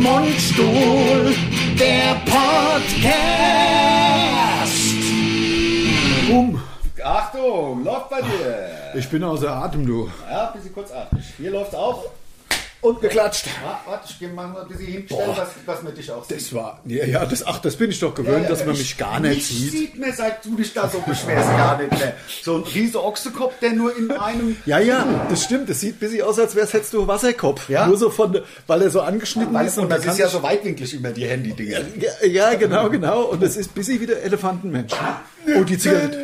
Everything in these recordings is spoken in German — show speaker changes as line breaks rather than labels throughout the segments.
Mundstuhl, der Podcast.
Um,
Achtung, läuft bei dir.
ich bin außer Atem, du.
Ja, ein bisschen kurzatmig. Hier läuft's auch.
Und geklatscht.
Ah, warte, ich geh- mach mal ein bisschen hinstellen,
Boah.
was, was mit dich auch sieht.
Das war, ja, ja, das, ach, das bin ich doch gewöhnt, dass man
ich-
mich gar nicht
mich
sieht.
sieht mir, seit du dich da so beschwerst, gar nicht mehr. So ein riese Ochsekopf, der nur in einem...
Ja, ja, das stimmt. Das sieht ein bisschen aus, als wär's hättest du Wasserkopf.
Ja.
Nur so von, weil er so angeschnitten ist.
Und das
man
ist
kann
ja so weitwinklig über die Handy-Dinger.
sich- ja, ja, genau, genau. Und es ist ein bisschen wie der Elefantenmensch.
Ah.
Oh, die Zigaretten.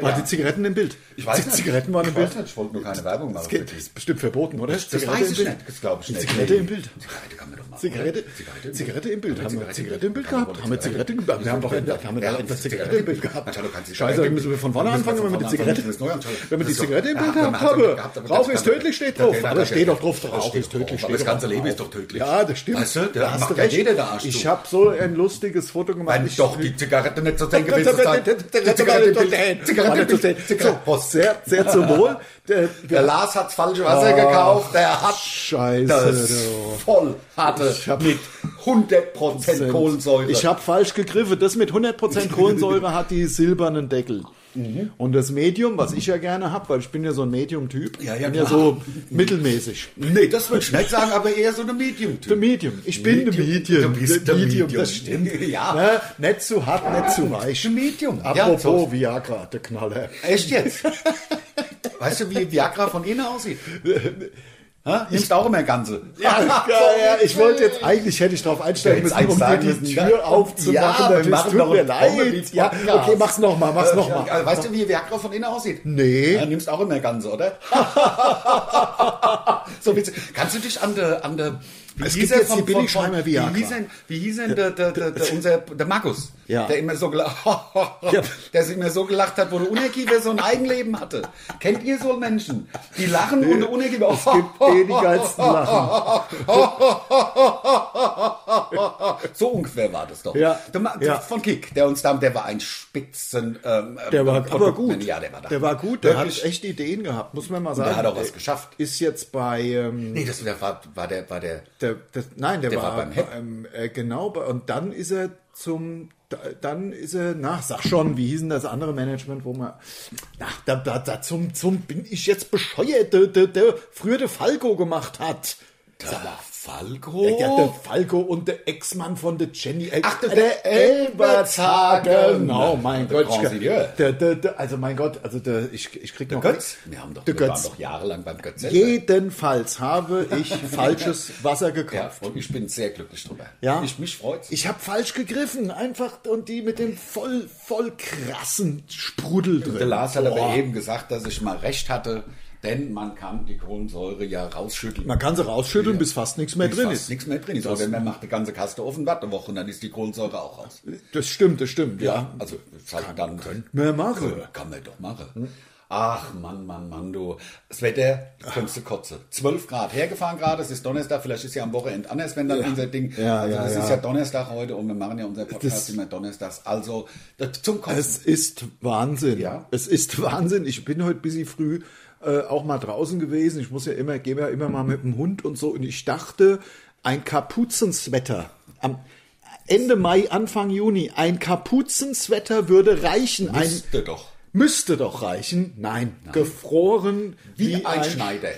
War die Zigaretten im Bild?
Ich weiß
die
nicht.
Zigaretten waren im
Ich weiß
Bild.
nicht, ich wollte nur keine Werbung machen.
Das geht,
für die.
ist bestimmt verboten, oder?
Das weiß ich nicht. Das glaube ich nicht.
Zigarette
Nee.
im Bild.
Zigarette kann man doch machen.
Zigarette,
Zigarette im Bild.
Zigarette im Bild. Haben wir Zigarette im Bild
Haben wir
gehabt? Haben wir Zigarette im Bild?
Zigarette
Wir haben doch
im Bild
endlich- haben wir
gehabt?
doch endlich
Ja,
Zigarette im Bild gehabt.
Man hat doch keine Zigarette
Scheiße, dann
im
müssen wir
Bild.
von vorne
Dann müssen wir
anfangen, wenn wir mit
von vorne anfangen,
Zigarette,
müssen wir das neu anschauen.
wenn wir die
Das ist doch-
Zigarette im
Ja,
Bild
aber
haben.
man hat's doch
Habe.
nicht gehabt, aber
Rauch
das
ist
kann-
tödlich, steht
Ja,
drauf.
ja,
Aber
ja,
steht
ja.
doch drauf.
Ja,
Rauch
steht
ist
drauf.
tödlich. steht
Aber das
doch
ganze
drauf.
Leben ist doch tödlich.
Ja, das stimmt.
Weißt du, der
Da hast
macht
du
ja
recht.
jeder, der Arsch, du.
Ich habe so ein lustiges Foto gemacht.
Nein,
Ich-
doch, die Zigarette nicht so sehen gewesen sein. Die Zigarette im Bild. Zigarette im Bild. Zigarette.
So, sehr, sehr zum Wohl. Der,
Der Lars hat falsche Wasser gekauft. Der hat
Scheiße,
das
du.
voll hatte
Ich hab-
mit 100% Kohlensäure.
Ich habe falsch gegriffen. Das mit 100% Kohlensäure hat die silbernen Deckel.
Mhm.
Und das Medium, was ich ja gerne habe, weil ich bin ja so ein Medium-Typ,
Ja, ja,
bin ja
klar.
so mittelmäßig.
nee, das würde ich nicht sagen, aber eher so eine
The
Medium-Typ.
Medium. Ich bin the Medium.
Du bist the Medium.
Das stimmt.
Ja.
Ne? Nicht zu hart, nicht zu
The
weich.
Medium.
Apropos
Ja, so.
Viagra, der Knaller.
Echt jetzt? Weißt du, wie Viagra von innen aussieht? Ha? Nimmst auch immer Ganze.
Ja, ja, ich wollte jetzt eigentlich hätte ich darauf einsteigen
Du hättest
müssen, um dir
eigentlich
die
sagen müssen,
Tür
ja.
aufzumachen.
Ja, wir
Natürlich,
machen
tut
doch
mir
einen
leid. Ja,
Comedy-Podcast.
okay, mach's nochmal, mach's
Äh,
nochmal.
ja, Weißt du, wie Viagra von innen aussieht?
Nee.
Ja, nimmst auch immer Ganze, oder? so witzig. Kannst du dich an der... An der wie
Es
hieß
gibt
er
jetzt die Billigscheimer
wie
Viagra.
hieß denn, wie hieß denn der, der, der, der, unser, der Markus,
Ja.
der immer so gelacht, der sich immer so gelacht hat, wo der Unerkiefer so ein Eigenleben hatte. Kennt ihr so Menschen, die lachen und der Unerkiefer...
Es gibt eh die geilsten Lachen.
So ungefähr war das doch.
Ja,
Der Ma-
ja.
Von Kick, der uns da, der war ein Spitzen. Ähm,
Der war
ähm,
aber gut.
Ja, der war da.
Der war gut, der
Wirklich.
hat echt Ideen gehabt, muss man mal sagen.
hat auch was geschafft.
Ist jetzt bei, ähm,
Nee, das der war, war der, war der.
der, das, nein, der,
Der
war,
war beim Hep.
ähm, äh, genau, bei- und dann ist er zum, da- dann ist er, na, sag schon, wie hieß denn das andere Management, wo man, na, da, da, da zum, zum, bin ich jetzt bescheuert, der, der, der früher der Falco gemacht hat.
Der war Falco.
Ja, der Falco und der Ex-Mann von der Jenny. El
Ach, der- der Elbertshagen.
Genau, mein
Der
Gott.
Grand
ich-
Seigneur.
Der, der, der, also mein Gott, also der, ich, ich krieg noch...
Götz? Wir, haben doch,
der
wir waren
Götz.
doch jahrelang beim Götz. selber.
Jedenfalls habe ich falsches Wasser
Ja,
gekauft.
und ich bin sehr glücklich drüber.
Ja.
Ich, mich freut's.
Ich habe falsch gegriffen, einfach und die mit dem voll, voll krassen Sprudel drin.
der Lars hat
Boah.
aber eben gesagt, dass ich mal recht hatte, denn man kann die Kohlensäure ja rausschütteln.
Man kann sie rausschütteln, bis fast nichts mehr
Bis
drin
fast
ist.
Nichts mehr drin ist. Oder man macht die ganze Kaste offen, warte eine Woche und dann ist die Kohlensäure auch raus.
Das stimmt, das stimmt, ja.
Also, das kann, dann können
wir machen. Hm.
Kann man doch machen. Ach, Mann, Mann, Mann, du. Das Wetter, das könntest du kotzen. 12 Grad hergefahren gerade, es ist Donnerstag, vielleicht ist ja am Wochenende anders, wenn dann unser Ding.
Ja,
also,
ja,
das
ja.
ist ja Donnerstag heute und wir machen ja unseren Podcast
Das-
immer Donnerstags. Also, das, zum Kotzen.
Es ist Wahnsinn.
Ja.
Es ist Wahnsinn. Ich bin heute busy früh äh, auch mal draußen gewesen. Ich muss ja immer, gehe ja immer mal mit dem Hund und so. Und ich dachte, ein Kapuzenswetter am Ende Mai, Anfang Juni, ein Kapuzenswetter würde reichen. Ein,
Müsste doch.
müsste doch reichen. Nein, gefroren
Wie, ein, Schneider.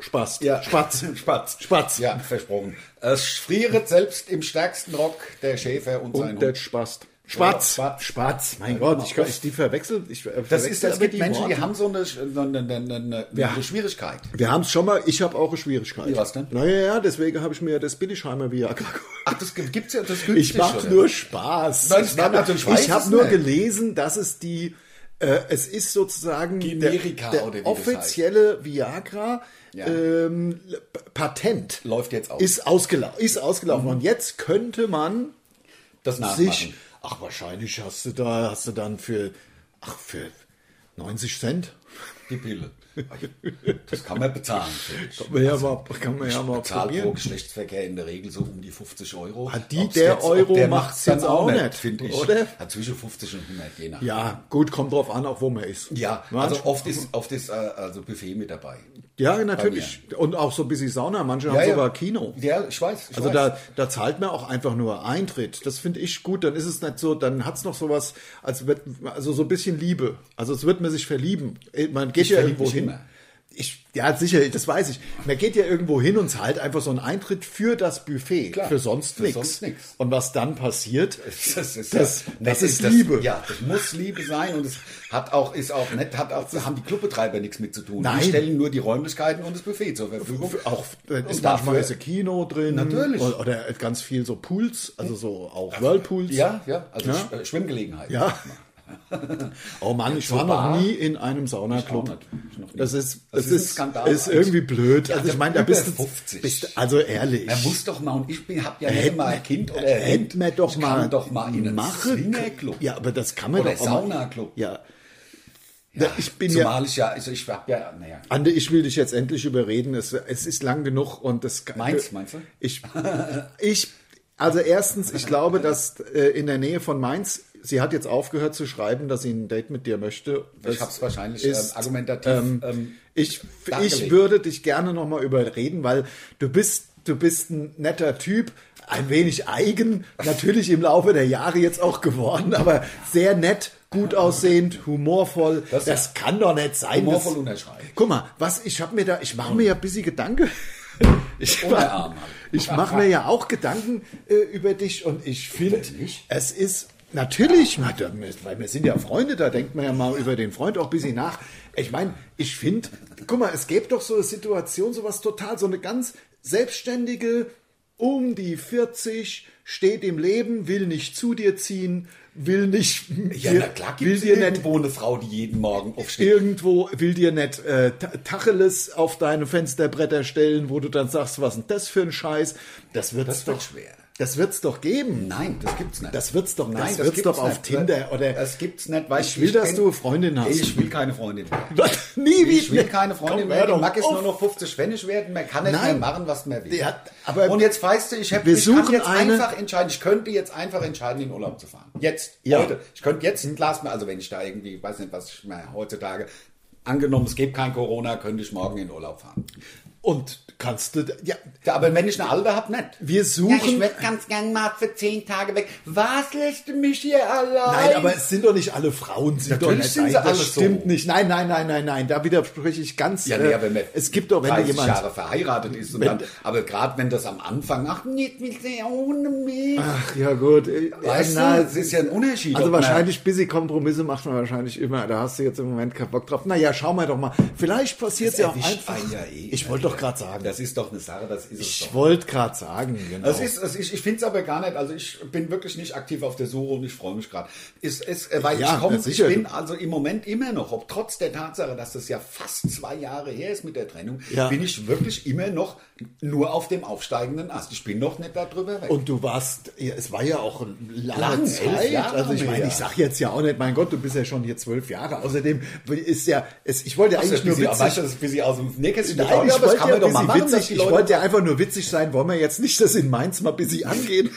Spast.
Ja.
Spatz.
Spatz.
Spatz.
Ja, versprochen. Es friert selbst im stärksten Rock der Schäfer und, sein
Und der
Hund.
Spast.
Spatz. genau.
Spatz. Spatz. Mein Gott, ich, ich die verwechselt. Ich,
Das ist, es gibt Menschen,
Worte.
die haben so eine, so eine, eine, eine, eine Schwierigkeit.
Wir haben es schon mal, ich habe auch eine Schwierigkeit.
was denn?
Naja, ja, deswegen habe ich mir das Billigheimer Viagra geholt.
Ach, das gibt's ja, das gibt's
Ich mache nur Spaß.
Nein, das kann- also ich weiß
ich habe
es
nur
nicht.
gelesen, dass es die, äh, es ist sozusagen
Generika
der, der
oder wie das
offizielle Viagra
Ja.
ähm, P- Patent
Läuft jetzt aus.
ist ausgelaufen. Ist ausgelaufen. Und jetzt könnte man
das
sich,
nachmachen.
ach wahrscheinlich hast du da, hast du dann für, ach für 90 Cent.
Die Pille. Das kann man bezahlen. finde ich.
Kann man ja mal, kann man ja mal
Bezahlt pro
probieren.
Geschlechtsverkehr in der Regel so um die 50 Euro.
Ah, die,
Ob's
der
ob
Euro
der
macht's
macht's dann
jetzt auch nicht,
finde ich.
oder?
Ja, zwischen 50 und 100, je nach.
Ja, gut, kommt drauf an, auch wo man ist.
Ja,
Manch-
also oft ist, oft ist äh, also Buffet mit dabei.
Ja, natürlich. Und auch so ein bisschen Sauna. Manche haben sogar Kino.
Ja, ich weiß. Ich
Also
weiß.
da, da zahlt man auch einfach nur Eintritt. Das finde ich gut. Dann ist es nicht so, dann hat es noch sowas, als wird, also so ein bisschen Liebe. Also es wird man sich verlieben. Äh, Man geht ja
verlieb
irgendwo
mich
hin.
immer.
Ich, ja, sicher, das weiß ich. Man geht ja irgendwo hin und zahlt einfach so einen Eintritt für das Buffet.
Klar,
für sonst
für
nichts.
sonst nix.
Und was dann passiert,
Das ist,
Das-
ja,
das ist Liebe.
Ja, das muss Liebe sein und es hat auch, ist auch nett, hat auch, haben die Clubbetreiber nichts mit zu tun.
Nein.
Die stellen nur die Räumlichkeiten und das Buffet zur Verfügung.
auch äh, ist
Und
manchmal
dafür-
ist ein Kino drin.
Natürlich.
Oder, oder ganz viel so Pools, also so auch Whirlpools.
Ja, ja, also
Ja.
Sch- äh, Schwimmgelegenheiten.
Ja. Oh Mann, ich
zur
war noch
Bar?
nie in einem
Ich auch
Saunaclub.
nicht. Ich noch nie.
Das ist, das ist,
Das ist ein
ist,
Skandal eigentlich.
irgendwie blöd. Also ich meine, da
über
bist du,
50.
bist du, also ehrlich.
Er muss doch mal, und ich bin, hab ja
Hätten-
nicht mal ein Kind oder
Äh, Hätten wir doch
ich
mal,
kann doch mal in einen
machen.
Swingerclub.
Ja, aber das kann man
Oder
doch auch mal-
Saunaclub.
Ja. Da- Ich bin ja,
Zumal ich ja, also ich hab ja, naja.
Ande, ich will dich jetzt endlich überreden. Es, es ist lang genug und das
Meins, meinst du?
Ich, ich, also erstens, ich glaube, dass äh, in der Nähe von Mainz, sie hat jetzt aufgehört zu schreiben, dass sie ein Date mit dir möchte. Das
Ich hab's wahrscheinlich
ist,
ähm, argumentativ. ähm,
ich, ich
dargelegt.
würde dich gerne nochmal überreden, weil du bist, du bist ein netter Typ, ein wenig eigen, natürlich im Laufe der Jahre jetzt auch geworden, aber sehr nett, gut aussehend, humorvoll. Das,
Das-
kann doch nicht sein.
humorvoll
dass-
unterschreiben.
Guck mal, was ich habe mir da, ich mache mir ja ein bisschen Gedanken. Ich
Ohne
mache
Arm. halt.
mach mir ja auch Gedanken äh, über dich und ich finde, es ist natürlich, na, da- weil wir sind ja Freunde, da denkt man ja mal über den Freund auch ein bisschen nach. Ich meine, ich finde, guck mal, es gäbe doch so eine Situation, sowas total, so eine ganz selbstständige, um die 40, steht im Leben, will nicht zu dir ziehen, will nicht,
Ja,
dir-
na klar
will
gibt's
dir nicht
irgendwo eine Frau, die jeden Morgen aufsteht.
Irgendwo will dir nicht äh, Ta- Tacheles auf deine Fensterbretter stellen, wo du dann sagst, was ist denn das für ein Scheiß? Das wird's
Das
doch
wird schwer.
Das wird's doch geben.
Nein, das gibt's nicht.
Das wird's doch- nein, das
das
wird's
gibt's
doch auf
nicht.
Tinder oder-
Das gibt's nicht, weil
Ich will, dass
kenn-
du eine Freundin hast.
Ich will keine Freundin. mehr.
Nie
Ich
wieder.
will keine Freundin
Komm, hör
mehr.
doch
Ich mag es
auf.
nur noch 50 Pfennig werden. Man kann nicht
Nein.
mehr machen, was man will.
Ja, aber-
und jetzt weißt du, ich, hab,
Wir
ich kann
suchen
jetzt
eine-
einfach entscheiden. Ich könnte jetzt einfach entscheiden, in Urlaub zu fahren. Jetzt,
Ja.
heute. Ich könnte jetzt ein Glas mehr, also wenn ich da irgendwie, ich weiß nicht, was ich mir heutzutage, angenommen, es gibt kein Corona, könnte ich morgen in Urlaub fahren.
Und kannst du, ja,
Ja, aber wenn ich eine Albe habe, nicht.
wir suchen.
werd ganz gern mal für zehn Tage weg. Was lässt du mich hier allein?
Nein, aber es sind doch nicht alle Frauen, sind
Natürlich
doch nicht
sind sie
nein, das
alle so.
stimmt nicht. Nein, nein, nein, nein, nein. Da widerspreche ich ganz.
ja,
äh,
nee, aber wenn
es gibt doch, wenn du
30
jemand.
Jahre verheiratet ist und
Wenn-
dann, aber gerade wenn das am Anfang, ach, nicht mit der ohne mich.
Ach ja, gut. Äh,
weißt
na,
du, es ist ja ein Unterschied.
Also
ob man-
wahrscheinlich busy Kompromisse macht man wahrscheinlich immer. Da hast du jetzt im Moment keinen Bock drauf. Naja, schauen wir doch mal. Vielleicht passiert
Das
ja auch
erwischt
einfach.
einen ja eh.
ich wollte doch gerade sagen.
Das ist doch eine Sache, das ist es
ich
doch.
wollte gerade sagen, genau.
Das ist, das ist, ich finde es aber gar nicht. Also ich bin wirklich nicht aktiv auf der Suche und ich freue mich gerade. Ist, ist, äh, weil
Ja,
ich komme,
das
ich
sicher.
bin also im Moment immer noch, ob trotz der Tatsache, dass das ja fast zwei Jahre her ist mit der Trennung,
Ja.
bin ich wirklich immer noch nur auf dem aufsteigenden Ast. Ich bin noch nicht darüber weg.
und du warst, ja, es war ja auch lange
Lang, elf
Zeit.
Jahre
also ich meine,
mehr.
ich sag jetzt ja auch nicht, mein Gott, du bist ja schon hier zwölf Jahre. Außerdem ist ja, es, ich wollte ja
das
eigentlich
ist
nur
nur
witzig.
weißt du, das ist ein bisschen aus dem Nähkästchen.
Nein,
geplaudert,
ich
aber das
wollte
kann
ja,
man doch mal
busy
machen, dass
witzig,
die
ich
Leute
wollte ja einfach nur witzig sein, wollen wir jetzt nicht, dass in Mainz mal busy angehen.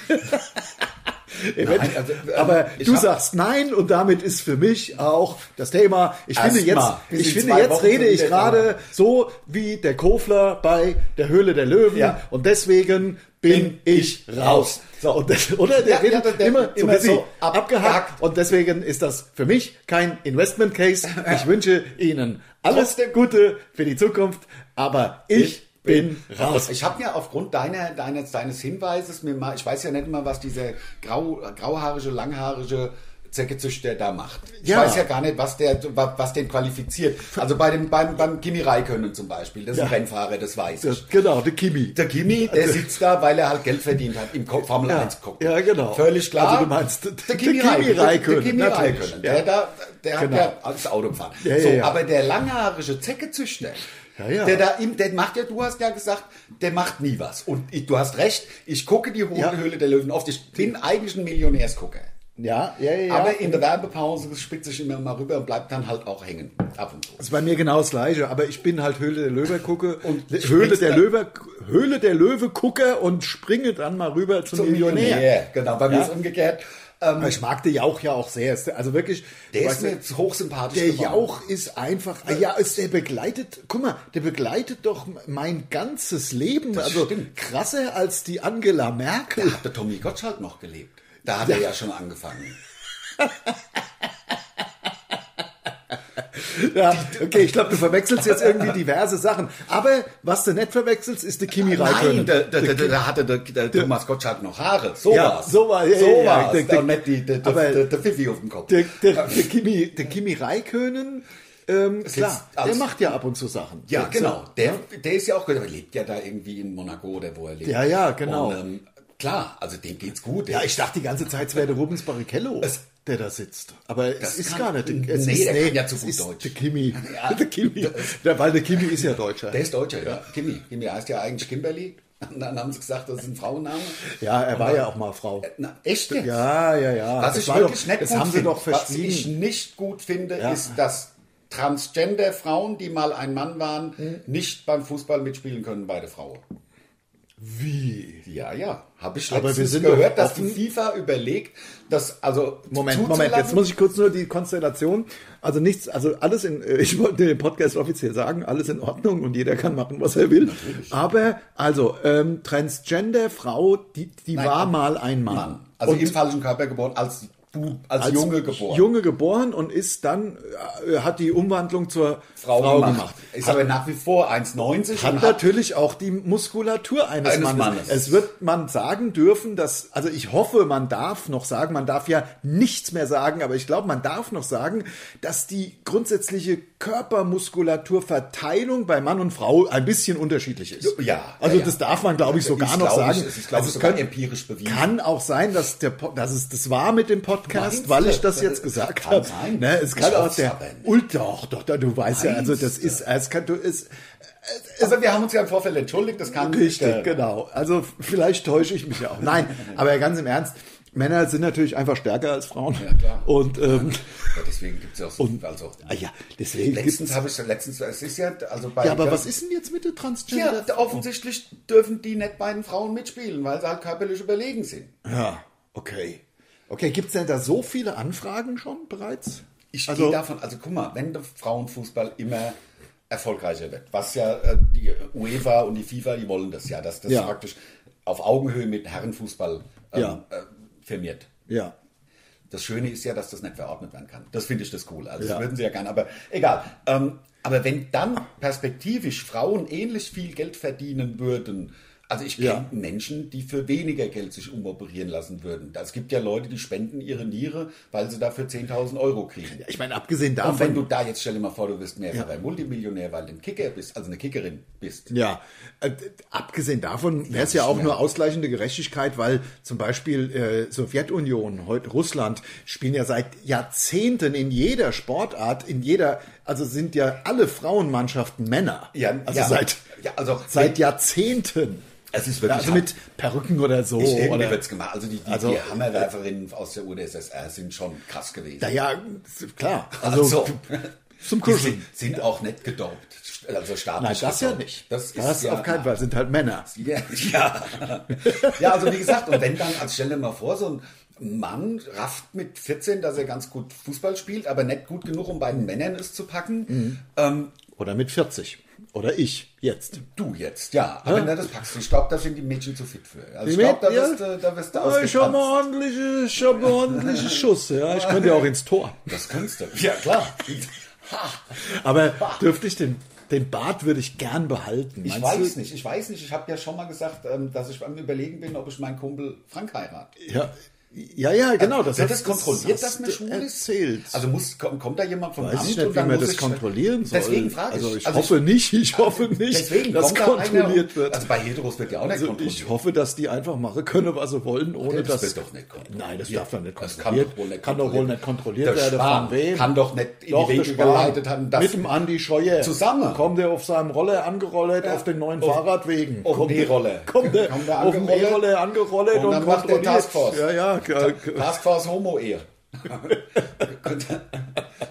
also, ähm,
Aber
ich
du
hab-
sagst nein und damit ist für mich auch das Thema. Ich
Erst
finde jetzt,
mal, bis
ich
in
finde
zwei
jetzt
Wochen
rede
sind
ich
wir
gerade so wie der Kofler bei der Höhle der Löwen
Ja.
und deswegen bin
Bin
ich
ich
raus.
raus.
So, und das, oder der
Ja,
redet
ja, der- der-
immer,
immer
so, busy
so ab-
abgehackt
abgehackt.
und deswegen ist das für mich kein Investment Case. Ich wünsche Ihnen alles Gute für die Zukunft, aber ich, bin raus.
Ich habe mir aufgrund deiner, deines, deines Hinweises mir mal, ich weiß ja nicht mal, was dieser grau, grauhaarige, langhaarige Zeckezüchter da macht. Ich
Ja.
weiß ja gar nicht, was der, wa- was den qualifiziert. Also bei dem, beim, beim Kimi Räikkönen zum Beispiel, das ist ein
Ja.
Rennfahrer, das weiß ich.
Genau, der Kimi.
Der Kimi, der sitzt da, weil er halt Geld verdient hat im Ko- Formel
Ja.
1 gucken.
Ja, genau.
Völlig klar.
Also du meinst, der
der Kimi
Kimi
Räikkönen,
Räikkönen,
der Kimi
natürlich.
Räikkönen,
Ja.
der da, der
Genau.
hat ja das Auto gefahren.
Ja, ja,
so,
ja.
aber der langhaarige Zeckezüchter,
Ja, ja.
der da im, der macht ja, du hast ja gesagt, der macht nie was. Und ich, du hast recht, ich gucke die Hohe
Ja.
Höhle der Löwen oft. Ich bin eigentlich ein Millionärsgucker.
Ja, ja, ja.
Aber in der Werbepause spitze ich immer mal rüber und bleib dann halt auch hängen. Ab und zu.
Das ist bei mir genau das gleiche, aber ich bin halt Höhle der Löwe gucke und
Und
Höhle
springst
der
dann-
Löwe Höhle der Löwe gucke und springe dann mal rüber zum,
zum
Millionär.
Millionär. Genau, bei mir
Ja.
ist umgekehrt.
Aber ich mag den Jauch ja auch sehr. Ist der- Also wirklich.
Der
weißt
ist
du,
mir jetzt hochsympathisch
Der
geworden.
Jauch ist einfach, ah ja, ist, der begleitet, guck mal, der begleitet doch mein ganzes Leben. also
stimmt.
krasser als die Angela Merkel.
Da hat der Tommy Gottschalk noch gelebt. Da hat er ja schon angefangen.
Ja, okay, ich glaube, du verwechselst jetzt irgendwie diverse Sachen. Aber was du nicht verwechselst, ist der Kimi Räikkönen.
Nein, da, da, da, da, da hatte der, der Thomas Gottschalk noch Haare. So
Ja,
war's.
so war- ja,
so
ja, ja.
war's.
Der- der-
Und nicht die, der, der,
aber-
der, der Fifi auf dem Kopf.
Der, der, der, Kimi, der Kimi Räikkönen, ähm, klar, der
als-
macht ja ab und zu Sachen.
ja,
Der-
genau. Der, der ist ja auch gut, aber lebt ja da irgendwie in Monaco oder wo er lebt.
Ja, ja, genau.
Und, ähm, klar, also dem geht's gut.
Ja, ich dachte die ganze Zeit, es wäre der Rubens Barrichello, der da sitzt. Aber es ist
kann-
gar nicht. Es
Nee,
ist,
der kann ja zu
es
gut
ist
Deutsch.
Der Kimi.
Ja.
der Kimi. Der, weil der Kimi ist ja Deutscher.
der ist Deutscher, ja. Kimi. Kimi heißt ja eigentlich Kimberly. Und dann haben sie gesagt, das ist ein Frauenname.
ja, er war ja auch mal Frau.
Na, echt jetzt?
Ja, ja, ja.
Was
Das
ich
Ah, war
wirklich
doch,
nicht
Das
gut
haben sie
finde,
doch
Was ich
verschwiegen.
nicht gut finde,
Ja.
ist, dass Transgender-Frauen, die mal ein Mann waren,
Hm.
nicht beim Fußball mitspielen können, beide Frauen.
Wie?
Ja, ja. Habe ich
Aber
letztens
wir sind
gehört,
doch
dass die
offen-
FIFA überlegt, dass also
Moment,
zuzulassen-
Moment, jetzt muss ich kurz nur die Konstellation. Also nichts, also alles in, äh, ich wollte den Podcast offiziell sagen, alles in Ordnung und jeder kann machen, was er will. Aber, also, ähm, Transgender-Frau, die, die war mal ein Mann.
also im falschen Körper geboren, als du als,
als
Junge geboren.
Junge geboren und ist dann, äh, hat die Umwandlung zur Frau,
Frau,
gemacht.
Ist aber nach wie vor 1,90
Hat
und
natürlich auch die Muskulatur eines,
Eines
Mannes.
Mannes.
Es wird man sagen dürfen, dass, also ich hoffe, man darf noch sagen, man darf ja nichts mehr sagen, aber ich glaube, man darf noch sagen, dass die grundsätzliche Körpermuskulaturverteilung bei Mann und Frau ein bisschen unterschiedlich ist.
Ja,
Also
ja, ja.
das darf man, glaube ich, sogar
ich
noch
glaube,
sagen.
es ist, glaube
also
ich,
es
sogar
können-
empirisch bewiesen.
kann auch sein, dass der Po- dass es das war mit dem Podcast,
Meinst
weil
du?
ich das
Das
jetzt
ist-
gesagt
kann
habe.
sein.
Ne, es
Ich
kann auch
hoff's
der
aber nicht.
Ultra, doch, doch, doch, du weißt ja, also
Meinst
das
du?
ist, es kann, du ist
also wir haben uns ja im Vorfeld entschuldigt, das kann
Richtig,
äh,
genau. Also f- vielleicht täusche ich mich ja auch. Nein, aber ganz im Ernst, Männer sind natürlich einfach stärker als Frauen. Ja,
klar.
Und ähm,
Ja, deswegen gibt es ja auch so. also,
ah ja, deswegen gibt's,
letztens habe ich letztens, es ist ja, also bei.
Ja, aber was ist denn jetzt mit der Transgender?
Ja, offensichtlich dürfen die nicht bei den Frauen mitspielen, weil sie halt körperlich überlegen sind.
Ja, okay. Okay, gibt es denn da so viele Anfragen schon bereits?
Ich
Also-
gehe davon, also guck mal, wenn der Frauenfußball immer erfolgreicher wird, was ja äh, die UEFA und die FIFA, die wollen das ja, dass das
Ja.
praktisch auf Augenhöhe mit Herrenfußball ähm,
Ja.
äh, firmiert.
Ja.
Das Schöne ist ja, dass das nicht verordnet werden kann. Das finde ich das cool. Also
Ja.
das würden sie ja gerne, aber egal. Ähm, aber wenn dann perspektivisch Frauen ähnlich viel Geld verdienen würden, also ich kenne
Ja.
Menschen, die für weniger Geld sich umoperieren lassen würden. Es gibt ja Leute, die spenden ihre Niere, weil sie dafür 10.000 Euro kriegen.
Ich meine, abgesehen
Und wenn
davon.
du da jetzt stell dir mal vor, du wirst mehrfacher Multimillionär, weil du ein Kicker bist, also eine Kickerin bist.
Ja, äh, abgesehen davon wäre es ja auch nur ausgleichende Gerechtigkeit, weil zum Beispiel äh, Sowjetunion, heute Russland, spielen ja seit Jahrzehnten in jeder Sportart, in jeder, also sind ja alle Frauenmannschaften Männer. also seit
ja, also
seit Jahrzehnten.
es ist
Ja,
wirklich
also mit Perücken oder so.
ich, irgendwie
oder,
wird's gemacht. Oh, Also die, die,
Also-
die Hammerwerferinnen aus der UdSSR sind schon krass gewesen.
naja, klar. Also
Also,
zum
die
Kuscheln.
sind, sind auch nicht gedopt. Also staatlich.
Nein, das ja
gedopt.
nicht.
Das ist ja,
auf keinen Fall, sind halt Männer.
Ja, ja. ja, also wie gesagt, und wenn dann, also stell dir mal vor, so ein Mann rafft mit 14, dass er ganz gut Fußball spielt, aber nicht gut genug, um bei den Männern es zu packen.
Mhm.
Ähm,
Oder mit 40. Oder ich, jetzt.
du jetzt, ja. Aber wenn du das packst, ich glaube, da sind die Mädchen zu fit für. Also ich
Mit
glaube, da
dir?
wirst du, da wirst du
Ja, ich habe
ausgetanzt.
einen ordentlichen, ich hab einen ordentlichen Schuss. Ja. Ich könnte ja auch ins Tor.
Das kannst du. Ja, klar.
Aber dürfte ich den, den Bart würde ich gern behalten.
Ich
meinst
weiß
du?
nicht, ich weiß nicht. Ich habe ja schon mal gesagt, ähm, dass ich am Überlegen bin, ob ich meinen Kumpel Frank heirate.
Ja, ja, ja, genau. Das
Wird
hast-
das kontrolliert, dass
hast
man
du
schwul ist?
erzählt.
Also muss, kommt, kommt da jemand vom
weiß
Amt
ich nicht,
und
wie
dann
man
muss
das
ich-
kontrollieren soll.
Deswegen frage ich.
Also ich
Also
hoffe nicht, ich hoffe nicht,
deswegen
dass
kommt da einer
kontrolliert
und-
wird.
Also bei Heteros wird ja auch nicht
Also
kontrolliert.
ich hoffe, dass die einfach machen können, was sie wollen, ohne
das
dass...
wird doch nicht kontrolliert.
Nein, das
Ja,
darf doch nicht
das
kontrolliert.
kann doch wohl nicht
Kann doch wohl
kontrolliert.
nicht kontrolliert
Der
werden.
Spahn
Von wem?
kann doch nicht in die
Doch,
Wege
der Spahn
geleitet haben, dass-
Mit dem Andi Scheuer.
Zusammen.
Kommt er auf seinem Roller angerollt auf den neuen Fahrradwegen.
auf
Kommt
dem
der-
E-Roller.
Kommt der
Kommt der
auf dem
angerollt
E-Roller angerollt und,
und dann macht der
kontrolliert.
Taskforce.
Ja, ja. ge- ge-
Taskforce Homo-Ehe.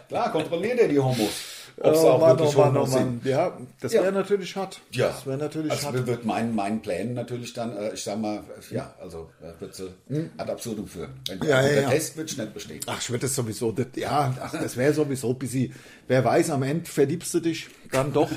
Klar, kontrolliert er die Homos. Ob sie
Oh
auch
Mann,
wirklich
oh Mann,
Hunde
oh Mann. Ja, das
Ja.
wäre natürlich hart.
Ja,
Das wäre natürlich
also
hart.
wird meinen, meinen Plänen natürlich dann, äh, ich sag mal, äh, ja, also äh, wird sie ad absurdum führen. Wenn
Hm? Ja,
also
ja,
der
ja.
Test wird schnell bestehen.
Ach, ich würde das sowieso, das, ja, ach, das wäre sowieso ein bisschen, wer weiß, am Ende verliebst du dich dann doch.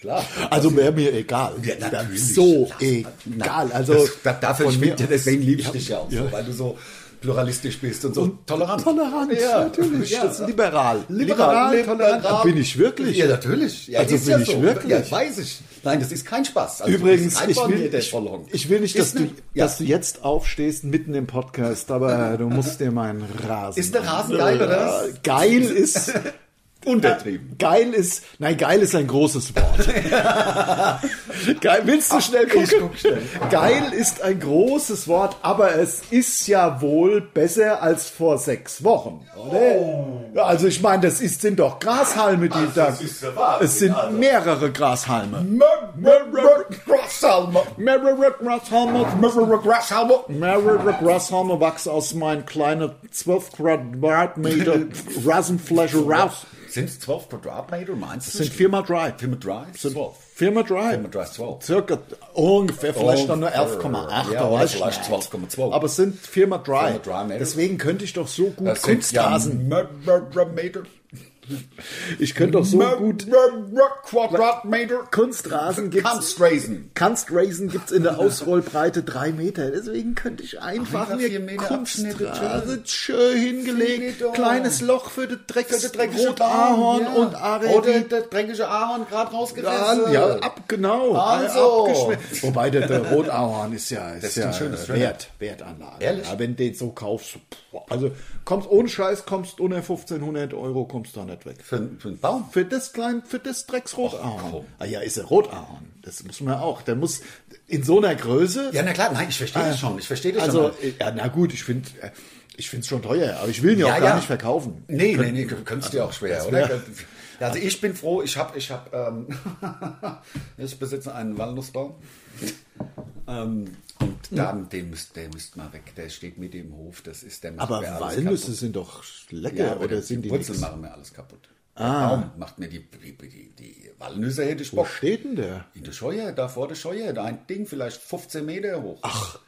Klar.
Also wäre mir egal.
Ja, natürlich.
Wär So
Klar.
egal. Also
das, da, dafür
von
spielt
mir
ja, deswegen liebe ich
aus-
dich ja auch
Ja.
so, weil du so pluralistisch bist und so tolerant.
Tolerant, natürlich.
Ja.
Das ist liberal.
Liberal,
Da
tolerant.
bin ich wirklich.
Ja, natürlich. Ja,
Also
ist
bin
ja
ich
so.
wirklich?
Ja, weiß ich. Nein, das ist kein Spaß. Also,
Übrigens,
das ist
ich
kein
will,
Bonnier, der
ich,
Vollhonk.
ich will nicht, dass
Ist
du,
ne-
dass du jetzt aufstehst mitten im Podcast, aber du musst dir meinen Rasen.
Ist der Rasen geil, oder?
Ja, Geil ist,
Untertrieben.
geil ist, nein, geil ist ein großes Wort. geil, willst du schnell gucken?
guck schnell.
Geil ist ein großes Wort, aber es ist ja wohl besser als vor sechs Wochen, oder?
Oh.
Ja, Also ich meine, das ist, sind doch Grashalme, die da.
das ist der Wahnsinn,
es sind
also.
mehrere Grashalme.
Grassalmer.
Mehrere Grashalme.
Grassalmer.
Mehrere Grashalme wachsen aus meinen kleinen 12 Quadratmeter Rasenfläche raus.
Sind es 12 Quadratmeter? Meinst du?
Sind viermal dry.
Firma Dry?
Sind
12.
viermal dry.
Firma Dry 12.
Circa ungefähr, vielleicht noch
Oh,
nur 11,8.
ja,
da
oder
weiß ich
vielleicht
nicht.
12,2.
Aber es sind viermal dry.
Viermal dry, Mädel.
Deswegen könnte ich doch so gut
Das sind ja
Kunstrasen.
Quadratmeter.
ich könnte doch so gut
Quadratmeter.
Kunstrasen gibt's.
Kunstrasen.
Kunstrasen gibt's in der Ausrollbreite drei Meter. Deswegen könnte ich einfach
Einfach vier
mir
Meter
Kunstrasen
Abschnitte,
schön hingelegt.
Vier Meter.
Kleines Loch für das
Für das
Drecks,
dreckige
Rotahorn
Bahn, ja.
und
Oder
Aredi.
das dreckige Ahorn gerade äh.
Ja,
rausgerissen.
ja, ab, genau.
Also.
Abgeschmissen. Wobei der, der Rotauern ist ja, ist
ist
ja
ein schönes Teil.
Wert, Wertanlage.
Ehrlich?
Ja, wenn du den so kaufst, pff, also kommst ohne Scheiß, kommst unter 1500 Euro, kommst da nicht weg.
Für, für einen Baum.
Für das klein, für das Drecks
komm.
Rotauern. Ah ja, ist er Rotauern. Das muss man auch. Der muss in so einer Größe.
Ja, na klar, nein, ich verstehe das schon. Ich verstehe das
also,
schon.
ja, na gut, ich finde, ich finde es schon teuer, aber ich will ihn ja,
Ja,
auch gar
ja.
nicht verkaufen.
Nee, nee, nee, könntest du ja auch schwer, oder?
wär-
Ja, also ich bin froh, ich habe, ich habe, ähm, ich besitze einen Walnussbaum. ähm, und
Hm.
da, den müsst, der müsst mal weg. Der steht mit im Hof. Das ist der. macht
Aber
mir alles
Walnüsse
kaputt.
sind doch lecker,
ja, aber
oder sind die
Wurzeln
nix? Ah.
machen mir alles kaputt. Der Baum macht mir die, die, die, die Walnüsse hätte ich
Wo
Bock.
steht denn der?
In der Scheue, da vor der Scheue, da ein Ding vielleicht 15 Meter hoch. Ach,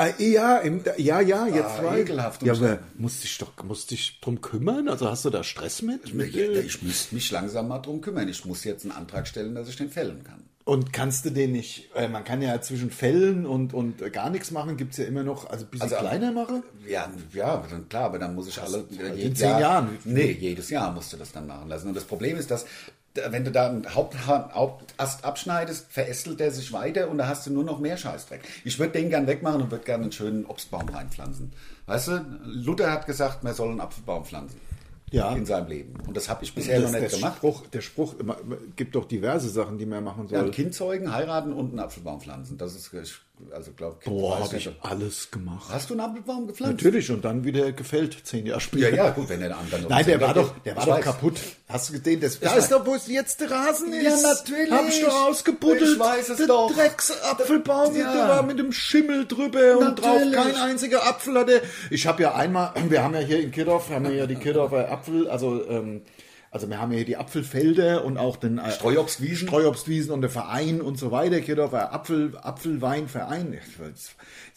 Ah, ja, im, ja, ja, jetzt
Ah,
war
ekelhaft.
Ja, aber musst dich doch, musst dich drum kümmern? Also hast du da Stress mit? mit äh,
ich müsste mich langsam mal drum kümmern. Ich muss jetzt einen Antrag stellen, dass ich den fällen kann.
Und kannst du den nicht, äh, man kann ja zwischen Fällen und, und äh, gar nichts machen, gibt's ja immer noch, also ein bisschen
Also,
kleiner machen?
Ja, ja, dann klar, aber dann muss ich alle.
in zehn Jahren.
Nee, jedes Jahr musst du das dann machen lassen. Und das Problem ist, dass, da- wenn du da einen Haupt, Hauptast abschneidest, verästelt der sich weiter und da hast du nur noch mehr Scheißdreck. Ich würde den gern wegmachen und würde gerne einen schönen Obstbaum reinpflanzen. Weißt du, Luther hat gesagt, man soll einen Apfelbaum pflanzen.
Ja.
In seinem Leben. Und das habe ich bisher noch
der
nicht gemacht.
Spruch, der Spruch, immer- gibt doch diverse Sachen, die man machen
Ja,
soll.
ein Kind zeugen, heiraten und einen Apfelbaum pflanzen. Das ist, ich- also glaube
Boah, habe ich alles gemacht.
Hast du einen Apfelbaum gepflanzt?
Natürlich, und dann wieder gefällt, zehn Jahre
Ja,
später.
ja, gut, wenn der andere noch
Nein, der
zehn
war
Jahre
doch,
geht.
der war
Ich
doch
weiß.
kaputt. Hast du gesehen, das, da
weiß.
ist doch, wo es jetzt der Rasen
Ja,
ist.
natürlich.
Hab ich doch ausgebuddelt.
Ich weiß es
der
doch.
Drecksapfelbaum,
Ja.
der war mit dem Schimmel drüber und drauf
Natürlich.
kein einziger Apfel hatte. Ich habe ja einmal, wir haben ja hier in Kirdorf, haben wir ja die Kirdorfer Apfel, also, ähm, also wir haben ja hier die Apfelfelder und auch den äh,
Streuobstwiesen.
Streuobstwiesen und der Verein und so weiter, Kirdorfer Apfel, Apfelweinverein.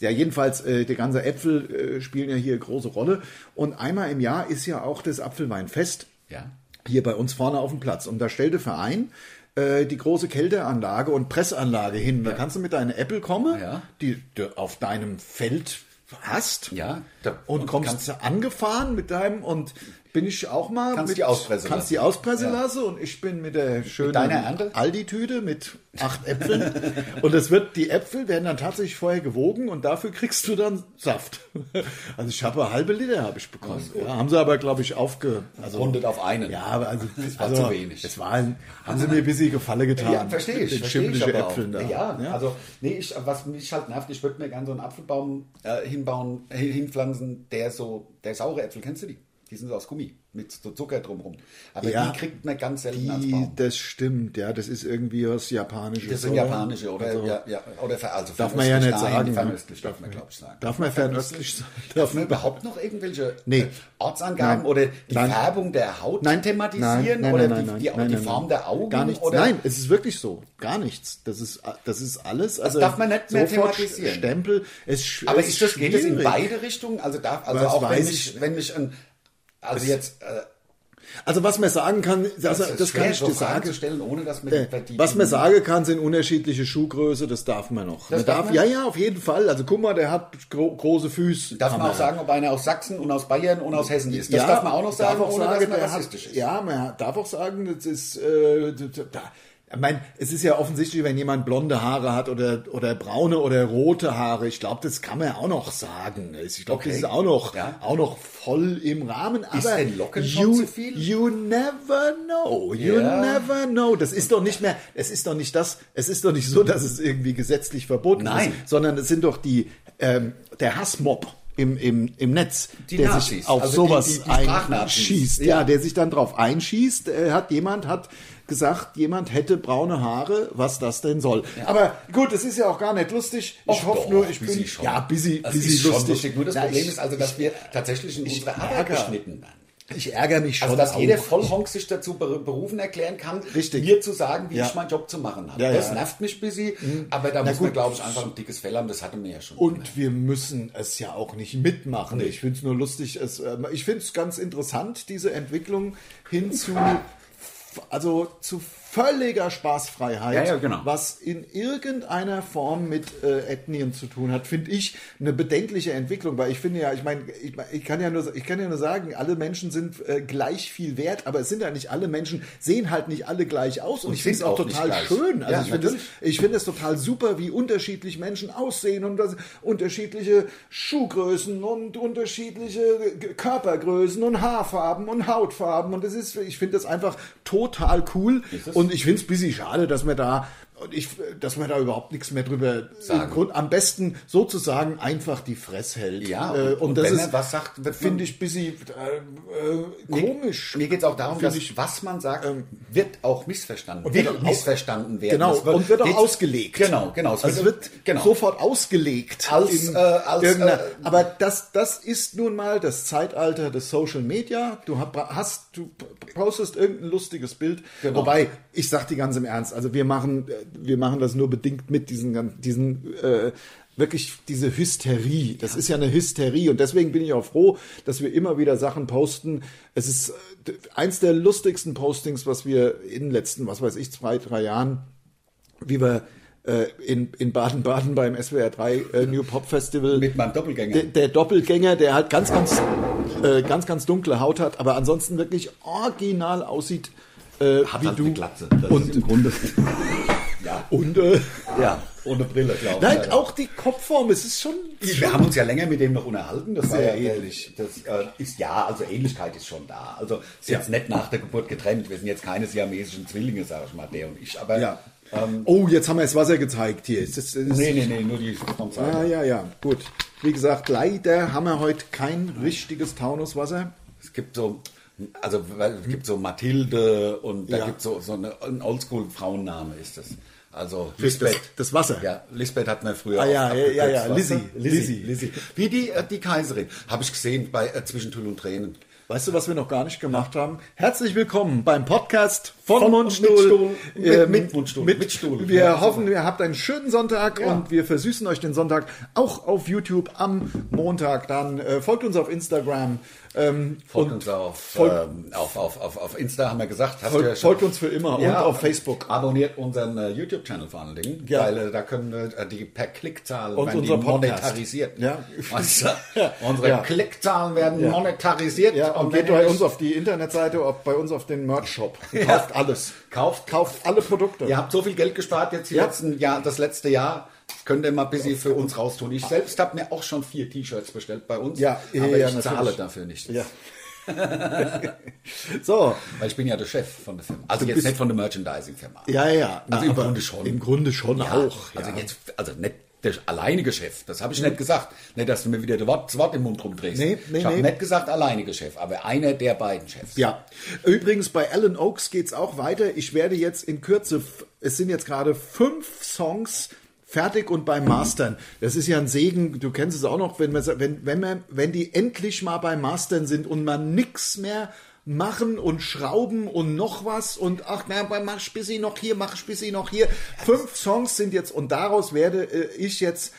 Ja, jedenfalls, äh, die ganze Äpfel äh, spielen ja hier große Rolle. Und einmal im Jahr ist ja auch das Apfelweinfest
Ja.
hier bei uns vorne auf dem Platz. Und da stellte Verein äh, die große Kälteanlage und Pressanlage hin. Da kannst du mit deiner Apple kommen,
Ja.
die du auf deinem Feld hast.
Ja. Da-
Und,
und
kommst
kannst-
angefahren mit deinem und bin ich auch mal
Kannst
mit,
die Auspresse
kannst
lassen.
die Auspresse
Ja.
lassen und ich bin mit der schönen
deiner Ernte?
Aldi-Tüte mit acht Äpfeln und es wird die Äpfel werden dann tatsächlich vorher gewogen und dafür kriegst du dann Saft. Also ich habe eine halbe Liter habe ich bekommen. Ja, haben sie aber glaube ich aufge also
Rundet auf einen.
Ja, aber also das
war
also,
zu wenig.
Das war ein, haben sie mir ein bisschen Gefallen getan.
Ja, verstehe ich.
Den
Verstehe ich
schimmeligen
aber auch.
Äpfeln da.
Ja, also, nee, ich, was mich halt nervt, ich würde mir gerne so einen Apfelbaum äh, hinbauen, hin- hinpflanzen, der so, der saure Äpfel, kennst du die? Die sind so aus Gummi mit so Zucker drumherum. Aber
Ja.
die kriegt man ganz selten als
Die,
Baum.
das stimmt, ja, das ist irgendwie was Japanisches.
Das sind
oder?
japanische, oder? ja, ja, oder ver- also
Also, Darf man ja
fernöstlich,
nicht
nein,
sagen, ne?
Fernöstlich darf man, glaube ich, sagen.
Darf man fernöstlich sein?
Darf man überhaupt noch irgendwelche
Nee.
äh, Ortsangaben
Nein.
oder die
Nein.
Färbung der Haut
Nein,
thematisieren?
nein, nein,
oder
nein,
die,
nein,
die,
nein,
die
nein,
Form
nein.
der Augen?
Gar nichts.
Oder
Nein, es ist wirklich so. Gar nichts. Das ist, das ist alles. Also
darf man nicht mehr
sofort
thematisieren.
Stempel. Es, sch-
Aber
es
ist das, geht das in
schwierig.
beide Richtungen? Also darf, also
Was
auch wenn
weiß
ich, wenn ich ein, also jetzt, äh,
Also was man sagen kann, das,
es
also das,
ist
kann
schwer,
ich
so
dir
Fragen
sagen.
zu stellen, ohne dass man
Äh, Was man sagen kann, sind unterschiedliche Schuhgröße, das darf man noch.
Das
man
darf
darf,
man?
ja, ja, auf jeden Fall. Also guck mal, der hat gro große Füße.
Darf
Kann
man auch sagen, ob einer aus Sachsen und aus Bayern und aus Hessen ist. Das
Ah, ja,
darf man auch noch sagen,
darf auch
ohne
sagen,
dass man
der
rassistisch
hat,
ist.
Ja, man darf auch sagen, das ist, äh, da, ich meine, es ist ja offensichtlich, wenn jemand blonde Haare hat oder, oder braune oder rote Haare, ich glaube, das kann man auch noch sagen. Ich glaube, das
Okay.
ist auch noch,
Ja.
auch noch voll im Rahmen. Aber
Ist denn Locken schon
you,
zu viel?
You never know. You
Ja.
never know. Das ist doch nicht mehr, es ist doch nicht das, es ist doch nicht so, dass es irgendwie gesetzlich verboten
Nein.
ist, sondern es sind doch die, ähm, der Hassmob. Im, im, Im Netz
Die
der
Nazis,
sich auf
also
sowas
die- die- die Sprachnazis.
einschießt. Ja. der sich dann drauf einschießt. Äh, hat jemand hat gesagt, jemand hätte braune Haare, was das denn soll. Aber gut, es ist ja auch gar nicht lustig. Ich
Och,
hoffe
doch,
nur, ich
busy
bin
schon.
ja busy,
Das
busy
ist schon lustig. Nur das
Na,
Problem
ich,
ist also, dass wir tatsächlich in unsere Arbeit
ärgere-
geschnitten werden.
ich ärgere mich schon.
Also, dass
auch.
jeder Vollhonk sich dazu ber- berufen erklären kann,
Richtig.
mir zu sagen, wie
Ja.
ich meinen Job zu machen habe.
Ja,
das
ja. Mhm.
nervt mich ein bisschen, aber da muss man,
gut.
glaube ich, einfach ein dickes Fell haben. Das hatte mir ja schon.
Und wir müssen es ja auch nicht mitmachen. Ich finde es nur lustig. Es, ähm, ich finde es ganz interessant, diese Entwicklung hin zu, also zu völliger Spaßfreiheit,
Ja, ja, genau.
was in irgendeiner Form mit äh, Ethnien zu tun hat, finde ich eine bedenkliche Entwicklung, weil ich finde ja, ich meine, ich, ich kann ja nur, ich kann ja nur sagen, alle Menschen sind äh, gleich viel wert, aber es sind ja nicht alle Menschen, sehen halt nicht alle gleich aus und, ich finde es
sind
auch
auch nicht
total
gleich.
schön. Also
Ja,
ich finde das,
natürlich.
ich finde es total super, wie unterschiedlich Menschen aussehen und das, unterschiedliche Schuhgrößen und unterschiedliche G- Körpergrößen und Haarfarben und Hautfarben. Und das ist, ich finde das einfach total cool. Und ich finde es ein bisschen schade, dass wir da, und ich, dass man da überhaupt nichts mehr drüber
Sagen.
im Grund, am besten sozusagen einfach die Fresse hält.
Ja,
äh,
und-
und,
und
das
wenn
ist,
er was sagt, wird man-
finde ich ein bisschen äh, äh, komisch.
Mir geht es auch darum,
Find
dass
ich- ähm,
was man sagt, wird auch missverstanden.
wird auch-
missverstanden werden.
Genau,
Es
und wird auch ausgelegt.
Genau, genau.
Also es wird
genau.
sofort ausgelegt.
Als,
in
äh, als,
irgendeiner-
äh,
aber das, das ist nun mal das Zeitalter des Social Media. Du hab- hast, du postest irgendein lustiges Bild.
Genau.
Wobei, ich sag dir ganz im Ernst, also wir machen, äh, wir machen das nur bedingt mit diesen, gan- diesen, äh, wirklich diese Hysterie. Das ist ja eine Hysterie und deswegen bin ich auch froh, dass wir immer wieder Sachen posten. Es ist äh, d- eins der lustigsten Postings, was wir in den letzten, was weiß ich, zwei, drei Jahren wie wir äh, in, in Baden-Baden beim SWR 3 äh, New Pop Festival.
Mit meinem Doppelgänger.
Der, der Doppelgänger, der halt ganz, ganz, äh, ganz, ganz dunkle Haut hat, aber ansonsten wirklich original aussieht äh, wie
halt
du.
eine Glatze. Das
und
ist
im Grunde.
Ja.
Und, äh,
ja, ohne Brille, glaube ich.
nein,
Ja.
auch die Kopfform, es ist schon.
Wir haben uns ja länger mit dem noch unterhalten. Das war ja
Sehr
ähnlich. Das äh, ist ja, also Ähnlichkeit ist schon da. Also ist jetzt nicht nach der Geburt getrennt. Wir sind jetzt keine siamesischen Zwillinge, sage ich mal, der und ich. Aber
Ja. oh, jetzt haben wir das Wasser gezeigt hier. Ist das, ist,
Ähm. nee, nee, nee, nur die vom Zeit.
Ah, ja, ja, gut. Wie gesagt, leider haben wir heute kein richtiges Taunuswasser.
Es gibt so, also weil es gibt so Mathilde und da
Ja.
gibt es so, so eine, ein Oldschool-Frauenname ist das. Also
Das,
Lisbeth.
das Wasser.
Ja, Lisbeth hat man früher.
Ah, ja,
oft
ja, ja,
abgekürzt,
ja,
weißt
Lizzie,
du? Lizzie,
Lizzie.
Lizzie. Wie die, äh, die Kaiserin. Habe ich gesehen bei äh, Zwischentüll und Tränen.
Weißt du, was wir noch gar nicht gemacht haben? Herzlich willkommen beim Podcast von,
Von
Mundstuhl.
und mit Stuhl.
Äh,
Mit- mit Mundstuhl.
Mit,
Mit Stuhl.
Wir
Ja,
hoffen, ihr habt einen schönen Sonntag
Ja.
und wir versüßen euch den Sonntag auch auf YouTube am Montag. Dann äh, folgt uns auf Instagram. Ähm,
Folgt
und
uns auf,
folgt-
ähm, auf, auf, auf, auf Insta, haben wir gesagt. Hast
Folgt-
du schon-
folgt uns für immer und auf Facebook.
Abonniert unseren äh, YouTube-Channel vor allen Dingen,
Ja.
weil äh, da können äh, die per Klickzahl
Und
werden
unser
die
Podcast.
monetarisiert.
Ja.
Weißt du? Unsere
Ja.
Klickzahlen werden monetarisiert.
ja, und
wenn
geht
ihr
bei
euch-
uns auf die Internetseite, auf, bei uns auf den Merch-Shop. Kauft alles.
Kauft,
Kauft alle Produkte.
Ihr habt so viel Geld gespart jetzt die
Ja.
letzten Jahr, das letzte Jahr. Könnt ihr mal ein bisschen für uns raustun. Ich selbst habe mir auch schon vier T-Shirts bestellt bei uns,
Ja, ja,
aber
ja,
ich zahle
natürlich.
dafür nicht.
Ja. so,
Weil ich bin ja der Chef von der Firma. Also
Du
jetzt
bist-
nicht von der Merchandising-Firma.
ja, ja.
Also im Grunde schon.
Im Grunde schon
Ja,
auch.
Also
ja. Mhm.
jetzt, also nicht der alleinige Chef. Das habe ich nicht gesagt. Nicht, dass du mir wieder das Wort, das Wort im Mund rumdrehst.
Nee, nee,
ich habe
nee.
nicht gesagt alleinige Chef, aber einer der beiden Chefs.
Ja. Übrigens, bei Alan Oaks geht's auch weiter. Ich werde jetzt in Kürze, f- es sind jetzt gerade fünf Songs fertig und beim Mastern. Das ist ja ein Segen, du kennst es auch noch, wenn, man, sa- wenn, wenn, man, wenn die endlich mal beim Mastern sind und man nix mehr machen und schrauben und noch was und ach, na, mach ich bis noch hier, mach ich bis noch hier. Fünf Songs sind jetzt und daraus werde äh, ich jetzt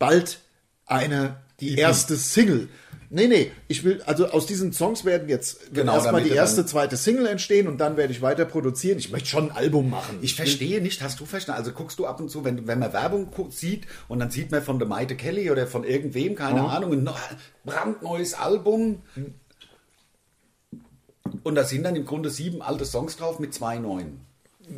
bald eine, die erste Single. Nee, nee, ich will, also aus diesen Songs werden jetzt
Genau,
genau, erstmal
damit
die
du dann-
erste, zweite Single entstehen und dann werde ich weiter produzieren. Ich möchte schon ein Album machen.
Ich verstehe nicht, hast du verstanden? Also guckst du ab und zu, wenn, wenn man Werbung gu- sieht und dann sieht man von der Maite Kelly oder von irgendwem, keine
Mhm.
Ahnung, ein neu- brandneues Album. Und da sind dann im Grunde sieben alte Songs drauf mit zwei neuen.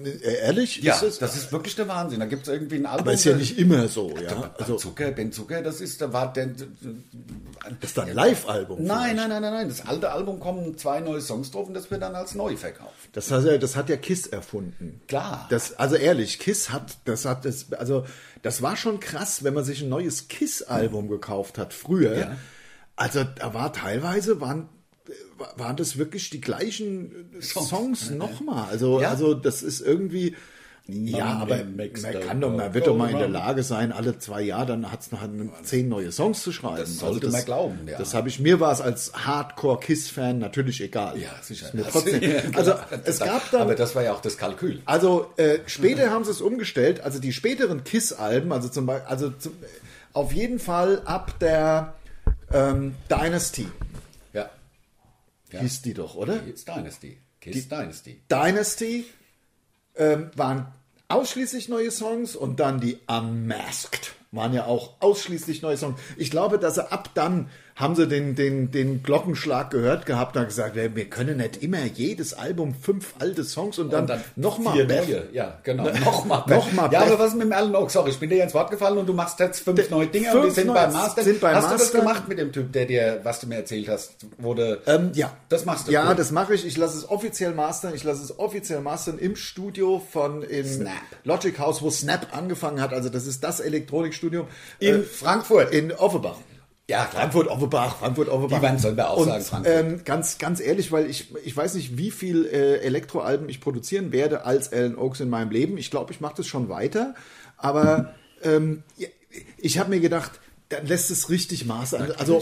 Äh, ehrlich?
Ja,
ist es?
das ist wirklich der Wahnsinn. Da gibt es irgendwie ein Album.
aber ist ja
da-
nicht immer so,
Da-
ja.
da-
Also
Zucker, Ben Zucker, das ist, da war der.
ist dann ein Live-Album.
Nein,
vielleicht.
nein, nein, nein, nein. Das alte Album kommen zwei neue Songs drauf und das wird dann als neu verkauft.
Das hat ja, das hat ja Kiss erfunden.
Klar.
Das, also ehrlich, Kiss hat, das hat, das, also das war schon krass, wenn man sich ein neues Kiss-Album gekauft hat früher.
Ja.
Also da war teilweise waren äh, waren das wirklich die gleichen äh,
Songs.
Songs nochmal. Also
Ja.
also das ist irgendwie. Ja, aber
in
man
Mex-
kann doch, man wird doch mal in der Lage sein, alle zwei Jahre dann hat's noch an- zehn neue Songs zu schreiben. Also
Das sollte man glauben, ja.
Das habe ich mir war es als Hardcore-Kiss-Fan natürlich egal.
Ja, sicher.
Ist mir trotzdem. Also es gab dann
Aber das war ja auch das Kalkül.
also äh, später haben sie es umgestellt. Also die späteren Kiss-Alben, also zum Beispiel, also zum, auf jeden Fall ab der ähm, Dynasty
Ja.
hieß die doch, oder?
Kiss Dynasty. Kiss Dynasty.
Dynasty ähm, waren ausschließlich neue Songs und dann die Unmasked waren ja auch ausschließlich neue Songs. Ich glaube, dass sie ab dann haben sie den, den, den Glockenschlag gehört gehabt und haben gesagt, "Ey, wir können nicht immer jedes Album fünf alte Songs und dann,
Und dann
nochmal
vier neue. Ja, genau. Nochmal.
Nochmal
Ja,
Beth.
aber was mit dem Alan Oak? Sorry, ich bin dir ins Wort gefallen und du machst jetzt fünf
Der-
neue Dinge und
fünf
wir sind
neue-
beim Master.
sind beim
hast du das
Master.
gemacht mit dem Typ, der dir, was du mir erzählt hast, wurde.
Ähm, ja.
Das machst du.
Ja,
Cool.
das mache ich. Ich lasse es offiziell mastern. Ich lasse es offiziell mastern im Studio von in
Snap.
Logic House, wo Snap angefangen hat. Also das ist das Elektronikstudium
In
äh,
Frankfurt.
in Offenbach.
ja, klar.
Frankfurt Offenbach, Frankfurt Offenbach.
Die beiden sollen wir auch sagen, Frankfurt.
Ähm, ganz, ganz ehrlich, weil ich, ich weiß nicht, wie viel äh, Elektroalben ich produzieren werde als Alan Oaks in meinem Leben. Ich glaube, ich mache das schon weiter, aber ähm, ja, ich habe mir gedacht, dann lässt es richtig mastern. Also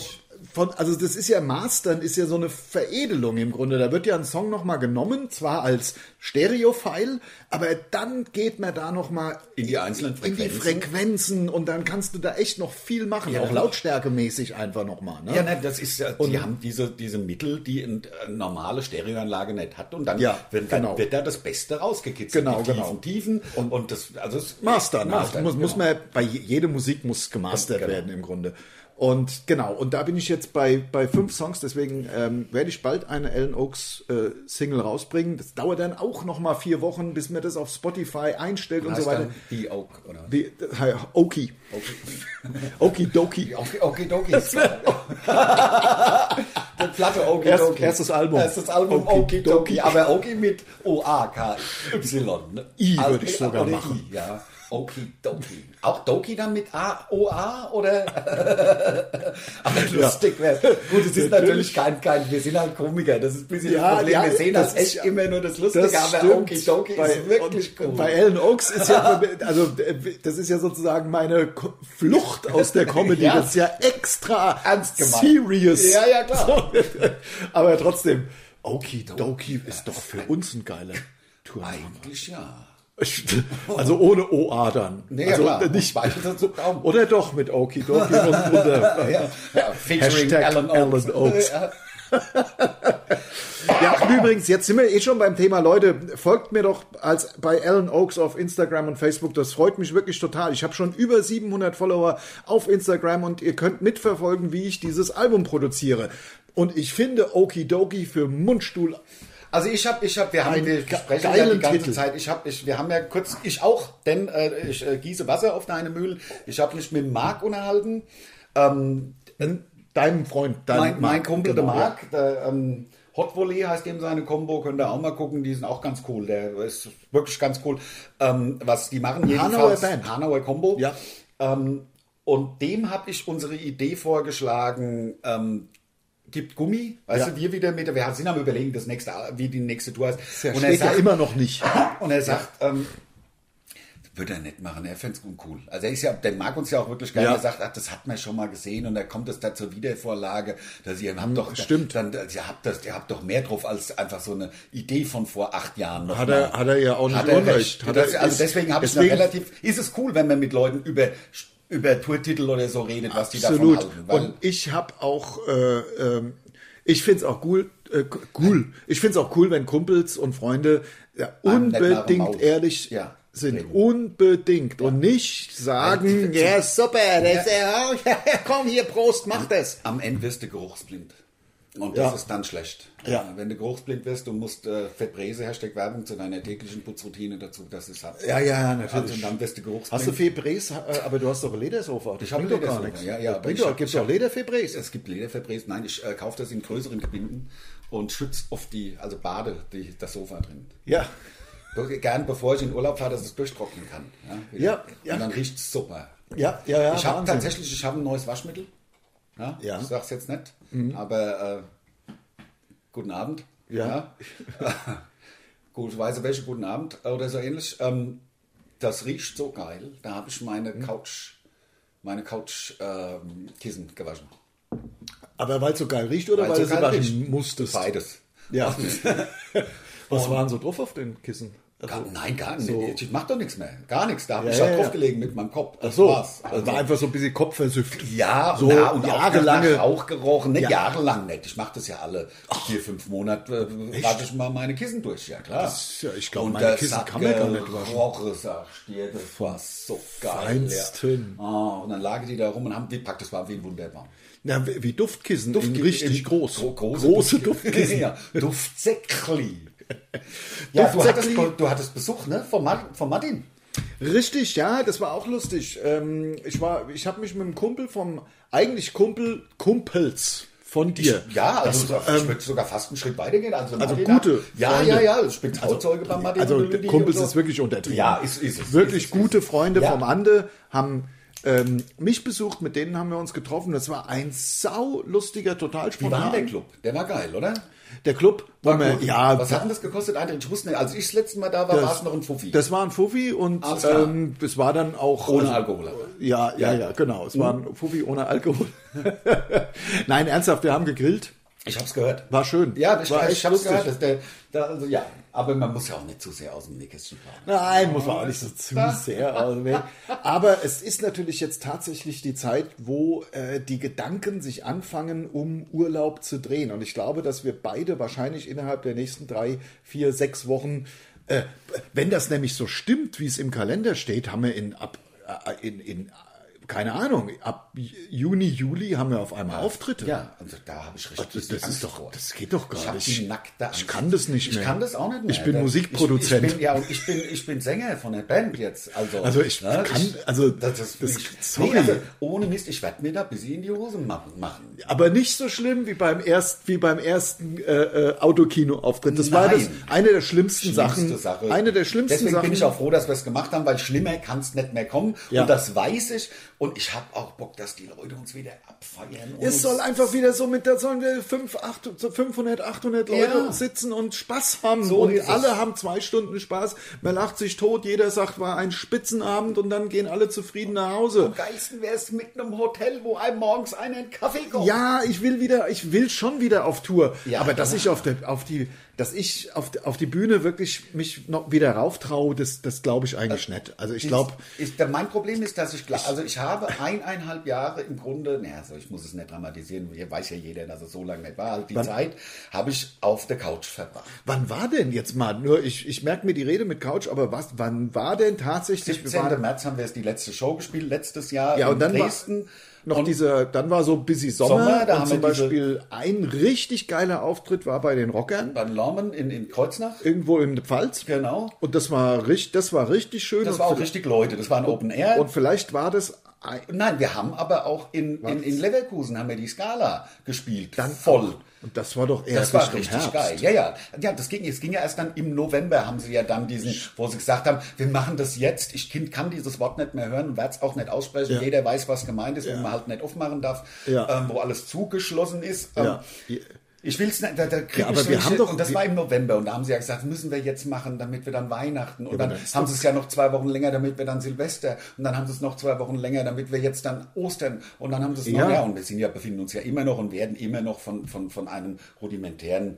von, also das ist ja Mastern ist ja so eine Veredelung im Grunde. Da wird ja ein Song nochmal genommen, zwar als Stereo-File, aber dann geht man da nochmal
In die einzelnen
in die
Frequenzen.
Frequenzen und dann kannst du da echt noch viel machen, auch
natürlich.
lautstärkemäßig einfach nochmal. Ne?
Ja, nein, das ist ja, die haben diese, diese Mittel, die eine äh, normale Stereoanlage nicht hat und dann
Ja,
wird, dann
genau.
wird da das Beste rausgekitzelt.
Genau,
die Tiefen,
genau.
Tiefen und, und das, also es
Mastern.
Mastern,
ne? muss, muss
genau.
man bei je- jede Musik muss gemastert
Genau.
werden im Grunde. Und genau, und da bin ich jetzt bei, bei fünf Songs, deswegen ähm, werde ich bald eine Alan Oaks äh, Single rausbringen. Das dauert dann auch nochmal vier Wochen, bis mir das auf Spotify einstellt und
heißt
so weiter.
dann die Oak, oder?
Die, äh, Oki. Okidoki.
Okay, okay, okay. Die Platte okay,
Erst- erstes Album.
Erstes Album okay,
Okidoki.
okay, aber okay mit O A K Y. ne?
I
Also,
würde ich sogar
oder
machen.
I, ja. Okay, Doki. Auch Doki dann mit A O A oder aber lustig wär's. Gut, es ist natürlich kein kein wir sind halt Komiker, das ist ein bisschen
Ja,
das Problem.
ja,
wir sehen
das
das echt
ist-
immer nur das Lustige, aber
stimmt.
okay, Doki ist wirklich
und
cool.
Bei Alan Oaks ist ja, also das ist ja sozusagen meine Ko Flucht aus der Comedy.
Ja.
Das ist ja extra
Ernst gemeint.
serious.
Ja, ja, klar.
So. Aber trotzdem, Okidoki ist doch für uns ein geiler Tour.
eigentlich ja.
Also ohne OA dann.
Nee, ja,
also
klar.
nicht
Beide dazu Daumen.
Oder doch mit Okidoki und runter.
Ja, ja, featuring
Hashtag
Alan Oaks.
Alan Oaks.
Ja.
Ja, und übrigens, jetzt sind wir eh schon beim Thema, Leute. Folgt mir doch als bei Alan Oaks auf Instagram und Facebook. Das freut mich wirklich total. Ich habe schon über 700 Follower auf Instagram und ihr könnt mitverfolgen, wie ich dieses Album produziere. Und ich finde Okidoki für Mundstuhl.
Also ich habe, ich habe, wir haben,
Einen
wir
ge-
sprechen ja die
geilen
ganze
Titel.
Zeit. Ich habe, ich, wir haben ja kurz, ich auch, denn äh, ich äh, gieße Wasser auf deine Mühlen. Ich habe mich mit Marc unterhalten.
äh, Deinem Freund, deinem
Mein, mein
Marc.
Kumpel,
Genau,
der Marc, der ähm, Hot Volley heißt eben seine Combo, könnt ihr auch mal gucken. Die sind auch ganz cool. Der ist wirklich ganz cool. Ähm, was die machen
Hanauer
jedenfalls.
Band.
Hanauer Combo.
Ja.
Ähm, und dem habe ich unsere Idee vorgeschlagen, ähm, gibt Gummi, weißt
Ja.
du, wir wieder mit, wir sind am überlegen, das nächste, wie die nächste Tour heißt.
Der steht ja
sagt-
immer noch nicht.
und er sagt, ähm, würde er nicht machen, er fände es cool. Also er ist ja, der mag uns ja auch wirklich gerne.
Ja.
Er sagt, ach, das hat man schon mal gesehen und da kommt es da zur Wiedervorlage, dass ihr habt doch,
Hm, stimmt.
dann, ihr habt das, ihr habt doch mehr drauf als einfach so eine Idee von vor acht Jahren. Noch
Hat
mal.
er- hat er ja auch nicht
Hat er
Unrecht.
recht.
Hat er-
das, also
ist-
deswegen habe ich noch
deswegen-
relativ, ist es cool, wenn man mit Leuten über, über Tourtitel oder so redet, was die
Absolut.
davon halten. Weil,
Und ich habe auch, äh, ähm, ich finde es auch cool, äh, cool. Ich finde es auch cool, wenn Kumpels und Freunde ja,
Einem nicht nach dem
unbedingt
Maul.
ehrlich
Ja.
sind.
Reden.
Unbedingt. Und nicht sagen, ja, super, das, ja. komm hier, Prost, mach das.
am Ende wirst du geruchsblind. Und das
Ja.
ist dann schlecht. Äh,
Ja.
Wenn du geruchsblind wirst und musst äh, Febreze, Hashtag Werbung zu deiner täglichen Putzroutine dazu, das ist halt.
Ja, ja, ja, natürlich.
Also dann wirst du geruchsblind.
Hast du Febres, äh, aber du hast doch ein Ledersofa. Das
Ich hab
bringt doch gar
Ledersofa,
nichts.
ja, ja,
Das
aber
bringt
ich
doch,
hab-
gibt's
ich
doch
hab-
Lederfebres.
es gibt Lederfebräse. Nein, ich äh, kaufe das in größeren Gebinden und schütze oft die, also bade die, das Sofa drin.
Ja.
Gern bevor ich in Urlaub fahre, dass es durchtrocknen kann. Ja,
Ja, ja.
Und dann riecht es super.
Ja, ja, ja.
ich habe
Ah, Wahnsinn.
tatsächlich, ich habe ein neues Waschmittel. Ja,
Ja. Mhm.
Ich sag's jetzt nicht, aber äh, guten Abend.
Ja.
Ja. Gut, weiße Wäsche, guten Abend äh, oder so ähnlich. Ähm, das riecht so geil. Da habe ich meine
Mhm.
Couch, meine Couchkissen Kissen gewaschen.
Aber weil es so geil riecht oder weil, du
so
es
geil
waschen
riecht.
musstest?
Beides.
Ja. Was waren so drauf auf den Kissen?
Gar, nein, gar nicht. Ich mach doch nichts mehr. Gar nichts. Da habe ich
Also, Ja,
ja,
ja, ja.
drauf gelegen mit meinem Kopf. Das
So,
war's.
also war einfach so ein bisschen kopfversüfft.
Ja,
so
na, und jahrelange
jahrelange.
auch gerochen, nicht
Ja.
jahrelang nicht. Ich mache das ja alle vier, fünf Monate, äh, warte ich mal meine Kissen durch, ja klar.
Das- ja, ich glaub,
Und
meine
das
Kissen
hat
kann man gar nicht waschen.
gerochen, sagst dir, das war so geil.
Feinsten.
Ja. Ah, und dann lagen die da rum und haben gepackt, das war wie ein Wunderbaum.
Na, wie wie Duftkissen, in
Duftkissen.
richtig groß.
Gro große,
große
Duftkissen.
Duftkissen.
ja, Duftsäckli. ja, du hattest,
Duftsäckli.
du hattest Besuch, ne, von, Mar von Martin.
Richtig, ja, das war auch lustig. Ähm, ich war, ich habe mich mit einem Kumpel vom, eigentlich Kumpel, Kumpels von dir.
Ja, also
das, war,
ich würde sogar fast einen Schritt weiter gehen. Also, Martin
gute
hat- Ja,
Freunde.
ja, ja, ich bin Trauzeuge bei Martin.
also
und Lüdi
Kumpels
und so.
ist wirklich untertrieben.
Ja, ist, ist es.
wirklich
ist, es,
gute Freunde
Ja.
vom Ande haben ähm, mich besucht, mit denen haben wir uns getroffen. Das war ein saulustiger, total
Wie war
spontan.
der Club? Der war geil, oder?
Der Club, wo wir,
Gut.
ja,
Was hat denn das gekostet? Eintritt? Ich wusste nicht, als ich das letzte Mal da war, war es noch ein Fuffi.
das also war ein Fuffi und
Alles klar.
ähm, es war dann auch
Ohne Alkohol Hm? aber.
Ja, ja, ja, genau. Es war ein Fuffi ohne Alkohol. Nein, ernsthaft, wir haben gegrillt.
Ich hab's gehört.
War schön.
Ja, ich,
war
ich hab's gehört. Dass der, da, also, ja. Aber man muss ja auch nicht zu sehr aus dem Nähkästchen plaudern.
Nein, muss man auch nicht so zu sehr. auswählen. Aber es ist natürlich jetzt tatsächlich die Zeit, wo äh, die Gedanken sich anfangen, um Urlaub zu drehen. Und ich glaube, dass wir beide wahrscheinlich innerhalb der nächsten drei, vier, sechs Wochen, äh, wenn das nämlich so stimmt, wie es im Kalender steht, haben wir in ab äh, in, in äh, keine Ahnung, ab Juni, Juli haben wir auf einmal Auftritte.
Ja, also da habe ich richtig
Das, das
Angst
ist doch,
vor.
das geht doch
Ich
gar
habe
nicht.
die nackte Angst.
Ich kann das nicht mehr.
Ich kann das auch nicht mehr.
Ich bin
Da-
Musikproduzent.
Ich, ich bin, ja, und ich bin, ich bin Sänger von der Band jetzt. Also,
Also ich kann- also
das, das,
das-
ich,
sorry.
Nee, also ohne Mist, ich werde mir da bis in die Hosen machen. machen.
Aber nicht so schlimm wie beim, erst, wie beim ersten äh, äh, Autokino-Auftritt. Das war
Nein.
das, eine der schlimmsten Sachen.
Schlimmste Sache.
Eine der schlimmsten
Deswegen
Sachen.
bin ich auch froh, dass wir es gemacht haben, weil schlimmer kann es nicht mehr kommen.
Ja.
Und das weiß ich. Und ich habe auch Bock, dass die Leute uns wieder abfeiern. und
es
uns-
soll einfach wieder so mit, da sollen wir fünf, acht, so 500, 800 Leute
Ja.
sitzen und Spaß haben.
So
und
ist es.
alle haben zwei Stunden Spaß. Man lacht sich tot, jeder sagt, war ein Spitzenabend und dann gehen alle zufrieden nach Hause.
Am geilsten wäre es mit einem Hotel, wo einem morgens einer einen Kaffee kocht.
Ja, ich will wieder, ich will schon wieder auf Tour.
Oh. Ja.
aber dass ich auf der, auf die, dass ich auf, auf die Bühne wirklich mich noch wieder rauftraue, das, das glaube ich eigentlich
Äh,
nicht. Also ich glaube,
Ich, ich, da- mein Problem ist, dass ich, gla- also ich habe eineinhalb Jahre im Grunde, naja, also ich muss es nicht dramatisieren, hier weiß ja jeder, dass es so lange nicht war, also die Zeit habe ich auf der Couch verbracht.
wann war denn jetzt mal? Nur ich, ich merke mir die Rede mit Couch, aber was, wann war denn tatsächlich? wir
17.
waren-
März haben wir jetzt die letzte Show gespielt, letztes Jahr
ja,
in
und dann
Dresden.
war noch
Und-
dieser, dann war so busy Sommer,
Sommer, da
und
haben
zum
wir diese-
Beispiel ein richtig geiler Auftritt war bei den Rockern
Beim Lormen in, in Kreuznach,
irgendwo in der Pfalz.
genau.
Und das war richtig, das war richtig schön.
Das
und
war auch
vielleicht-
richtig Leute, das war ein Open Air.
Und vielleicht war das ein,
Nein, wir haben aber auch in, in, in Leverkusen haben wir die Skala gespielt.
dann
voll.
Und das war doch eher
Das war
Richtung
richtig
Herbst.
geil. Ja, ja. Ja, das ging, es ging ja erst dann im November, haben sie ja dann diesen, wo sie gesagt haben, wir machen das jetzt. Ich Kind kann dieses Wort nicht mehr hören und werde es auch nicht aussprechen.
Ja.
Jeder weiß, was gemeint ist, wenn man halt nicht aufmachen darf,
Ja.
ähm, wo alles zugeschlossen ist. Ähm,
Ja. Ja.
Ich will's nicht, da, da krieg
Ja, aber
ich
wir
solche-
haben doch-
und das
wir-
war im November und da haben sie ja gesagt, müssen wir jetzt machen, damit wir dann Weihnachten und
aber
dann
das ist
haben sie es ja noch zwei Wochen länger, damit wir dann Silvester und dann haben sie es noch zwei Wochen länger, damit wir jetzt dann Ostern und dann haben sie es
Ja.
noch, ja, und wir sind ja, befinden uns ja immer noch und werden immer noch von, von, von einem rudimentären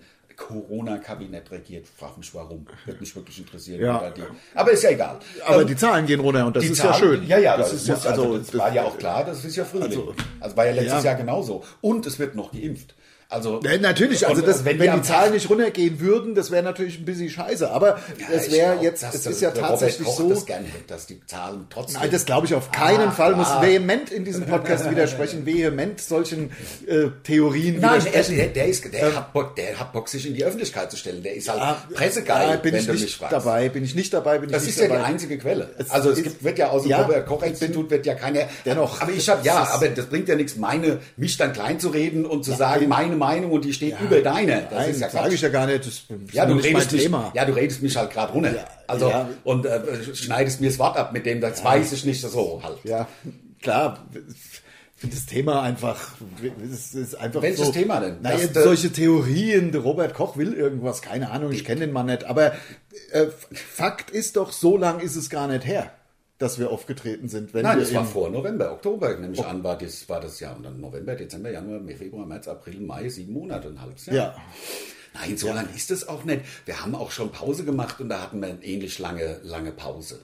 Corona-Kabinett regiert. Frag mich warum. Wird mich wirklich interessieren.
Ja.
wie da Die, aber ist ja egal.
Aber
Ähm,
die Zahlen gehen runter und das
die
ist ja
Zahlen-
schön.
Ja, ja,
das,
das,
ist ja,
muss-
also,
das war ja auch klar, das ist ja Frühling. Also,
Also-
war ja letztes
Ja.
Jahr genauso. Und es wird noch geimpft. Also,
Ja, natürlich, also
und-
das,
und
wenn,
wir
die
am
Zahlen
Tag-
nicht runtergehen würden, das wäre natürlich ein bisschen scheiße. Aber es
ich
wäre
glaub,
jetzt,
dass
es
das-
ist ja
der Robert
tatsächlich
Koch
so.
Das gerne hätte, dass die Zahlen trotzdem.
Nein, das glaube ich auf keinen
Ah,
Fall. Muss
klar.
vehement in diesem Podcast widersprechen, vehement solchen äh, Theorien
Nein, der,
widersprechen.
der, der, ist, der, hat Bock, der hat Bock, sich in die Öffentlichkeit zu stellen. Der ist halt
Ah,
pressegeil,
ah, bin
wenn
ich
du
nicht
mich fragst.
dabei, bin ich nicht dabei, bin
Das
ich
ist
nicht
ja die
dabei.
einzige Quelle. also es
ist-
gibt, wird ja aus dem
ja,
Robert-Koch-Institut wird ja keine.
Dennoch.
Aber ich habe ja,
Das ist-
aber das bringt ja nichts, meine mich dann klein zu reden und zu sagen, meine Meinung und die steht über deine. Das
Nein,
ist ja
sage
Quatsch.
ich ja gar nicht. Das ist
Ja, du
nicht mein
redest mich,
Thema.
ja, du redest mich halt gerade runter. also
ja.
und äh, schneidest mir das Wort ab mit dem, das weiß ich nicht so halt.
Ja, klar. Ich finde das Thema einfach. Es ist einfach
Welches
so,
Thema denn?
Naja,
Das, äh,
solche Theorien. Der Robert Koch will irgendwas. Keine Ahnung, ich kenne den Mann nicht. Aber äh, Fakt ist doch, so lang ist es gar nicht her, dass wir aufgetreten sind. Wenn
Nein,
wir
das war
im-
vor November, Oktober, nehme ich an, war das, war das Jahr. Und dann November, Dezember, Januar, Februar, März, April, Mai, sieben Monate, ein halbes Jahr.
Ja.
Nein, so lang ist es auch nicht. Wir haben auch schon Pause gemacht und da hatten wir eine ähnlich lange, lange Pause.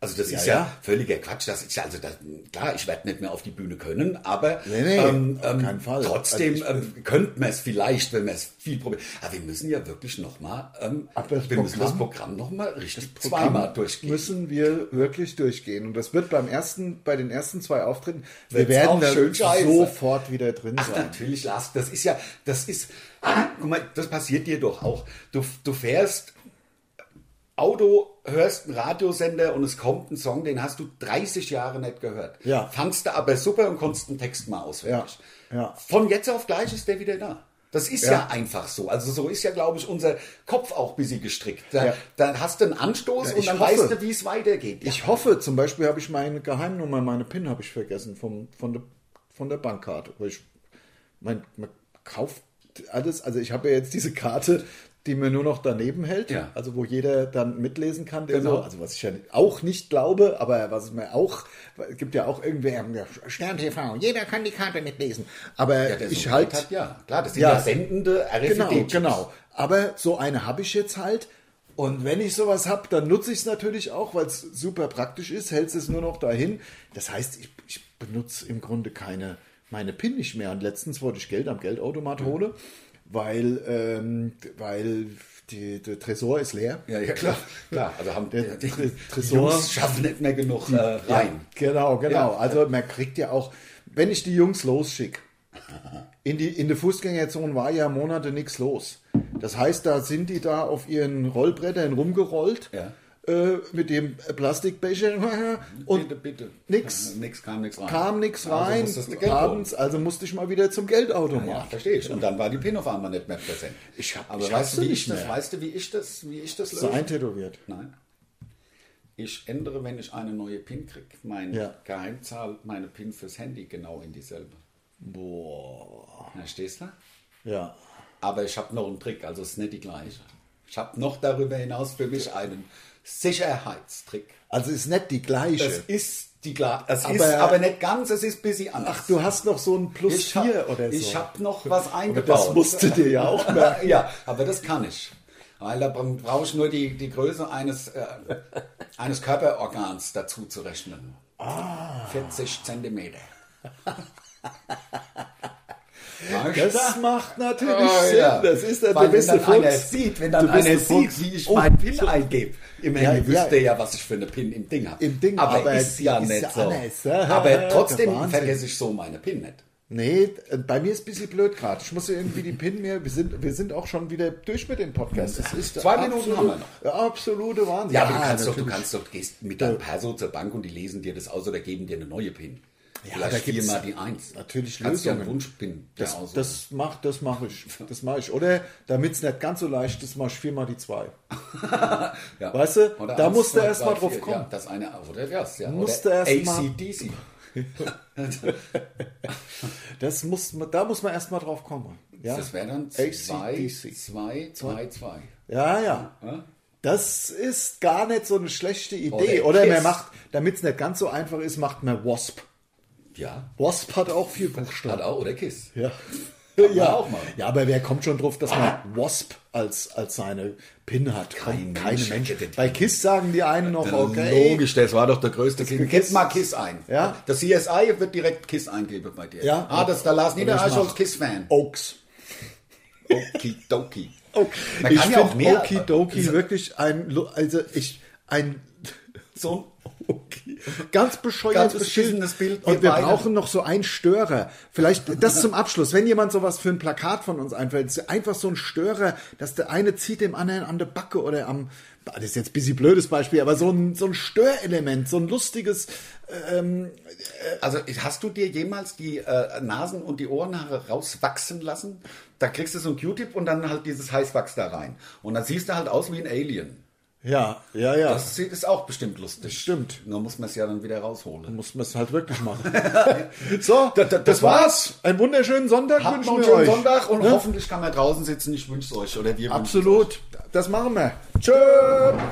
Also das ist ja,
ja.
völliger Quatsch. Das ist ja also das, klar, ich werde nicht mehr auf die Bühne können, aber
Nee, nee,
ähm,
auf
ähm,
keinen Fall.
trotzdem
Also
ähm, könnten wir es vielleicht, wenn wir es viel probieren. Aber wir müssen ja wirklich nochmal, ähm,
Aber das
wir müssen das
Programm-
Programm nochmal richtig
Programm
zweimal durchgehen.
Müssen wir wirklich durchgehen. Und das wird beim ersten, bei den ersten zwei Auftritten, wir
Wird's
werden
auch
da
schön scheiße.
sofort wieder drin
Ach,
sein.
natürlich, Lars. Das ist ja, das ist, ah, guck mal, das passiert dir doch auch. Du, du fährst Auto, hörst einen Radiosender und es kommt ein Song, den hast du 30 Jahre nicht gehört.
Ja.
Fandst du aber super und konntest den Text mal auswendig.
Ja, ja.
Von jetzt auf gleich ist der wieder da. Das ist ja.
Ja.
einfach so. Also so ist ja, glaube ich, unser Kopf auch ein bisschen gestrickt. Da,
Ja.
Dann hast du einen Anstoß
Ja,
und
ich
dann
hoffe.
weißt du, wie es weitergeht.
Ich hoffe, zum Beispiel habe ich meine Geheimnummer, meine PIN habe ich vergessen vom, von, der, von der Bankkarte. Weil ich, mein, man kauft alles. Also ich habe ja jetzt diese Karte, die mir nur noch daneben hält.
Ja.
Also wo jeder dann mitlesen kann. Der
Genau.
so, also was ich ja auch nicht glaube, aber was mir auch, es gibt ja auch irgendwer, der Stern TV, jeder kann die Karte mitlesen. Aber
Der
ich
Song
halt,
hat, ja, klar, das sind ja,
Ja.
sendende
Genau,
RFID-Chips.
genau. Aber so eine habe ich jetzt halt. Und wenn ich sowas habe, dann nutze ich es natürlich auch, weil es super praktisch ist, hältst es nur noch dahin. Das heißt, ich, ich benutze im Grunde keine, meine PIN nicht mehr. Und letztens wollte ich Geld am Geldautomat holen, weil, ähm, weil die, der Tresor ist leer.
Ja, ja, klar. klar. Also haben
Der
die,
Tre-
die
Tresor-
Jungs schaffen nicht mehr genug äh, rein.
Genau, genau.
Ja.
Also man kriegt ja auch, wenn ich die Jungs losschicke, in, die, in der Fußgängerzone war ja Monate nichts los. Das heißt, da sind die da auf ihren Rollbrettern rumgerollt
Ja.
äh, mit dem Plastikbecher und
bitte, bitte.
nix.
Äh, Nix kam nix rein.
kam nichts
Also
rein.
musstest du Geld
abends, also musste ich mal wieder zum Geldautomat.
holen. Ja, verstehe ich. Und dann war die Pin auf einmal nicht mehr präsent.
Ich hab-
Aber
ich hab's
weißt du, wie
nicht
ich das,
mehr.
weißt du, wie ich das, wie ich das
So
löse?
eintätowiert.
Nein. Ich ändere, wenn ich eine neue Pin kriege, meine
Ja.
Geheimzahl, meine Pin fürs Handy genau in dieselbe. Boah. Verstehst du?
Ja.
Aber ich habe noch einen Trick, also es ist nicht die gleiche. Ich habe noch darüber hinaus für mich einen Sicherheitstrick.
Also ist nicht die gleiche.
Es ist die klar, es
Aber-
ist aber nicht ganz, es ist ein bisschen anders.
Ach, du hast noch so ein Plus
ich hab-
4 oder so.
Ich habe noch was
aber
eingebaut.
das musste dir ja auch merken.
ja, aber das kann ich. Weil da brauche ich nur die, die Größe eines, äh, eines Körperorgans dazu zu rechnen.
Ah.
40 Zentimeter. Mach ich
Das macht natürlich
Oh,
Sinn.
ja.
Das ist der,
Weil
du bist
wenn
ein
dann einer
Fuchs.
sieht, wenn dann
Du bist
einer
ein Fuchs.
sieht, wie ich
Oh,
meinen Pin eingebe. Im
Ja,
Handy
ja.
wüsste er ja, was ich für eine Pin im Ding habe.
Im Ding,
aber,
aber
ist
sie
ja
ist
nicht
ja
so.
anders.
aber
Der
trotzdem
Wahnsinn.
vergesse ich so meine Pin nicht.
Nee, äh, bei mir ist ein bisschen blöd gerade. Ich muss irgendwie die PIN mir. Wir sind, wir sind auch schon wieder durch mit dem Podcast. Das ist der
Zwei Minuten haben wir noch.
der absolute Wahnsinn.
Ja, aber du kannst doch, du
natürlich.
kannst doch, gehst mit deinem Perso zur Bank und die lesen dir das aus oder geben dir eine neue Pin. Vielleicht
da gibt's
viermal die Eins.
natürlich
Kannst du ja einen
Lösungen.
Wunschpin dir
Das,
aussuchen.
das mach, das mache ich. Das mache ich. Oder damit es nicht ganz so leicht ist, mache ich viermal die zwei.
Ja.
Weißt du,
Oder
da
eins,
musst du
zwei,
erst
drei,
mal drauf
vier,
kommen.
Ja, das eine, oder das, ja.
Musst
oder
du erst mal-
ACDC.
Das muss, man- da muss man erst mal drauf kommen. Ja?
Das wäre dann zwei,
AC/DC.
zwei, zwei, zwei.
Ja, ja. Das ist gar nicht so eine schlechte Idee. Oder,
Oder Kiss.
man macht, damit es nicht ganz so einfach ist, macht man Wasp.
Ja.
Wasp hat auch vier Buchstaben.
Hat auch, oder Kiss.
Ja.
Kann man
Ja.
auch machen.
ja, aber wer kommt schon drauf, dass man Wasp als, als seine Pin hat? Kein, keine
Mensch.
Mensch. Bei Kiss sagen die einen noch, okay.
Logisch, das war doch der größte Kind.
Kiss.
Gib mal Kiss ein.
Ja.
Das CSI wird direkt Kiss eingeben bei dir.
Ja.
Ah, das ist der Lars Niederreisch
mach-
als Kiss-Fan.
Oaks.
Okidoki. Man
ich
kann ja auch
finde
mehr. also-
Okidoki wirklich ein, Lu- also ich, ein
So
Okay. Ganz bescheuertes
Ganz beschissenes Bild, wir
Und wir
beide.
brauchen noch so einen Störer. Vielleicht das zum Abschluss. Wenn jemand sowas für ein Plakat von uns einfällt, ist einfach so ein Störer, dass der eine zieht dem anderen an der Backe oder am, das ist jetzt ein bisschen blödes Beispiel, aber so ein, so ein Störelement, so ein lustiges,
Also hast du dir jemals die äh, Nasen und die Ohrenhaare rauswachsen lassen? Da kriegst du so ein Q-Tip und dann halt dieses Heißwachs da rein. Und dann siehst du halt aus wie ein Alien.
ja, ja, ja.
Das sieht- ist auch bestimmt lustig.
Stimmt.
Nur muss man es ja dann wieder rausholen.
muss man es halt wirklich machen. so,
Da- da- das war's.
Einen wunderschönen Sonntag
Habt noch
wünschen
einen
wir
schönen
euch.
Sonntag und
Ne?
hoffentlich kann man draußen sitzen. Ich wünsche es euch oder wir wünschen's euch.
Absolut. Das machen wir. Tschüss.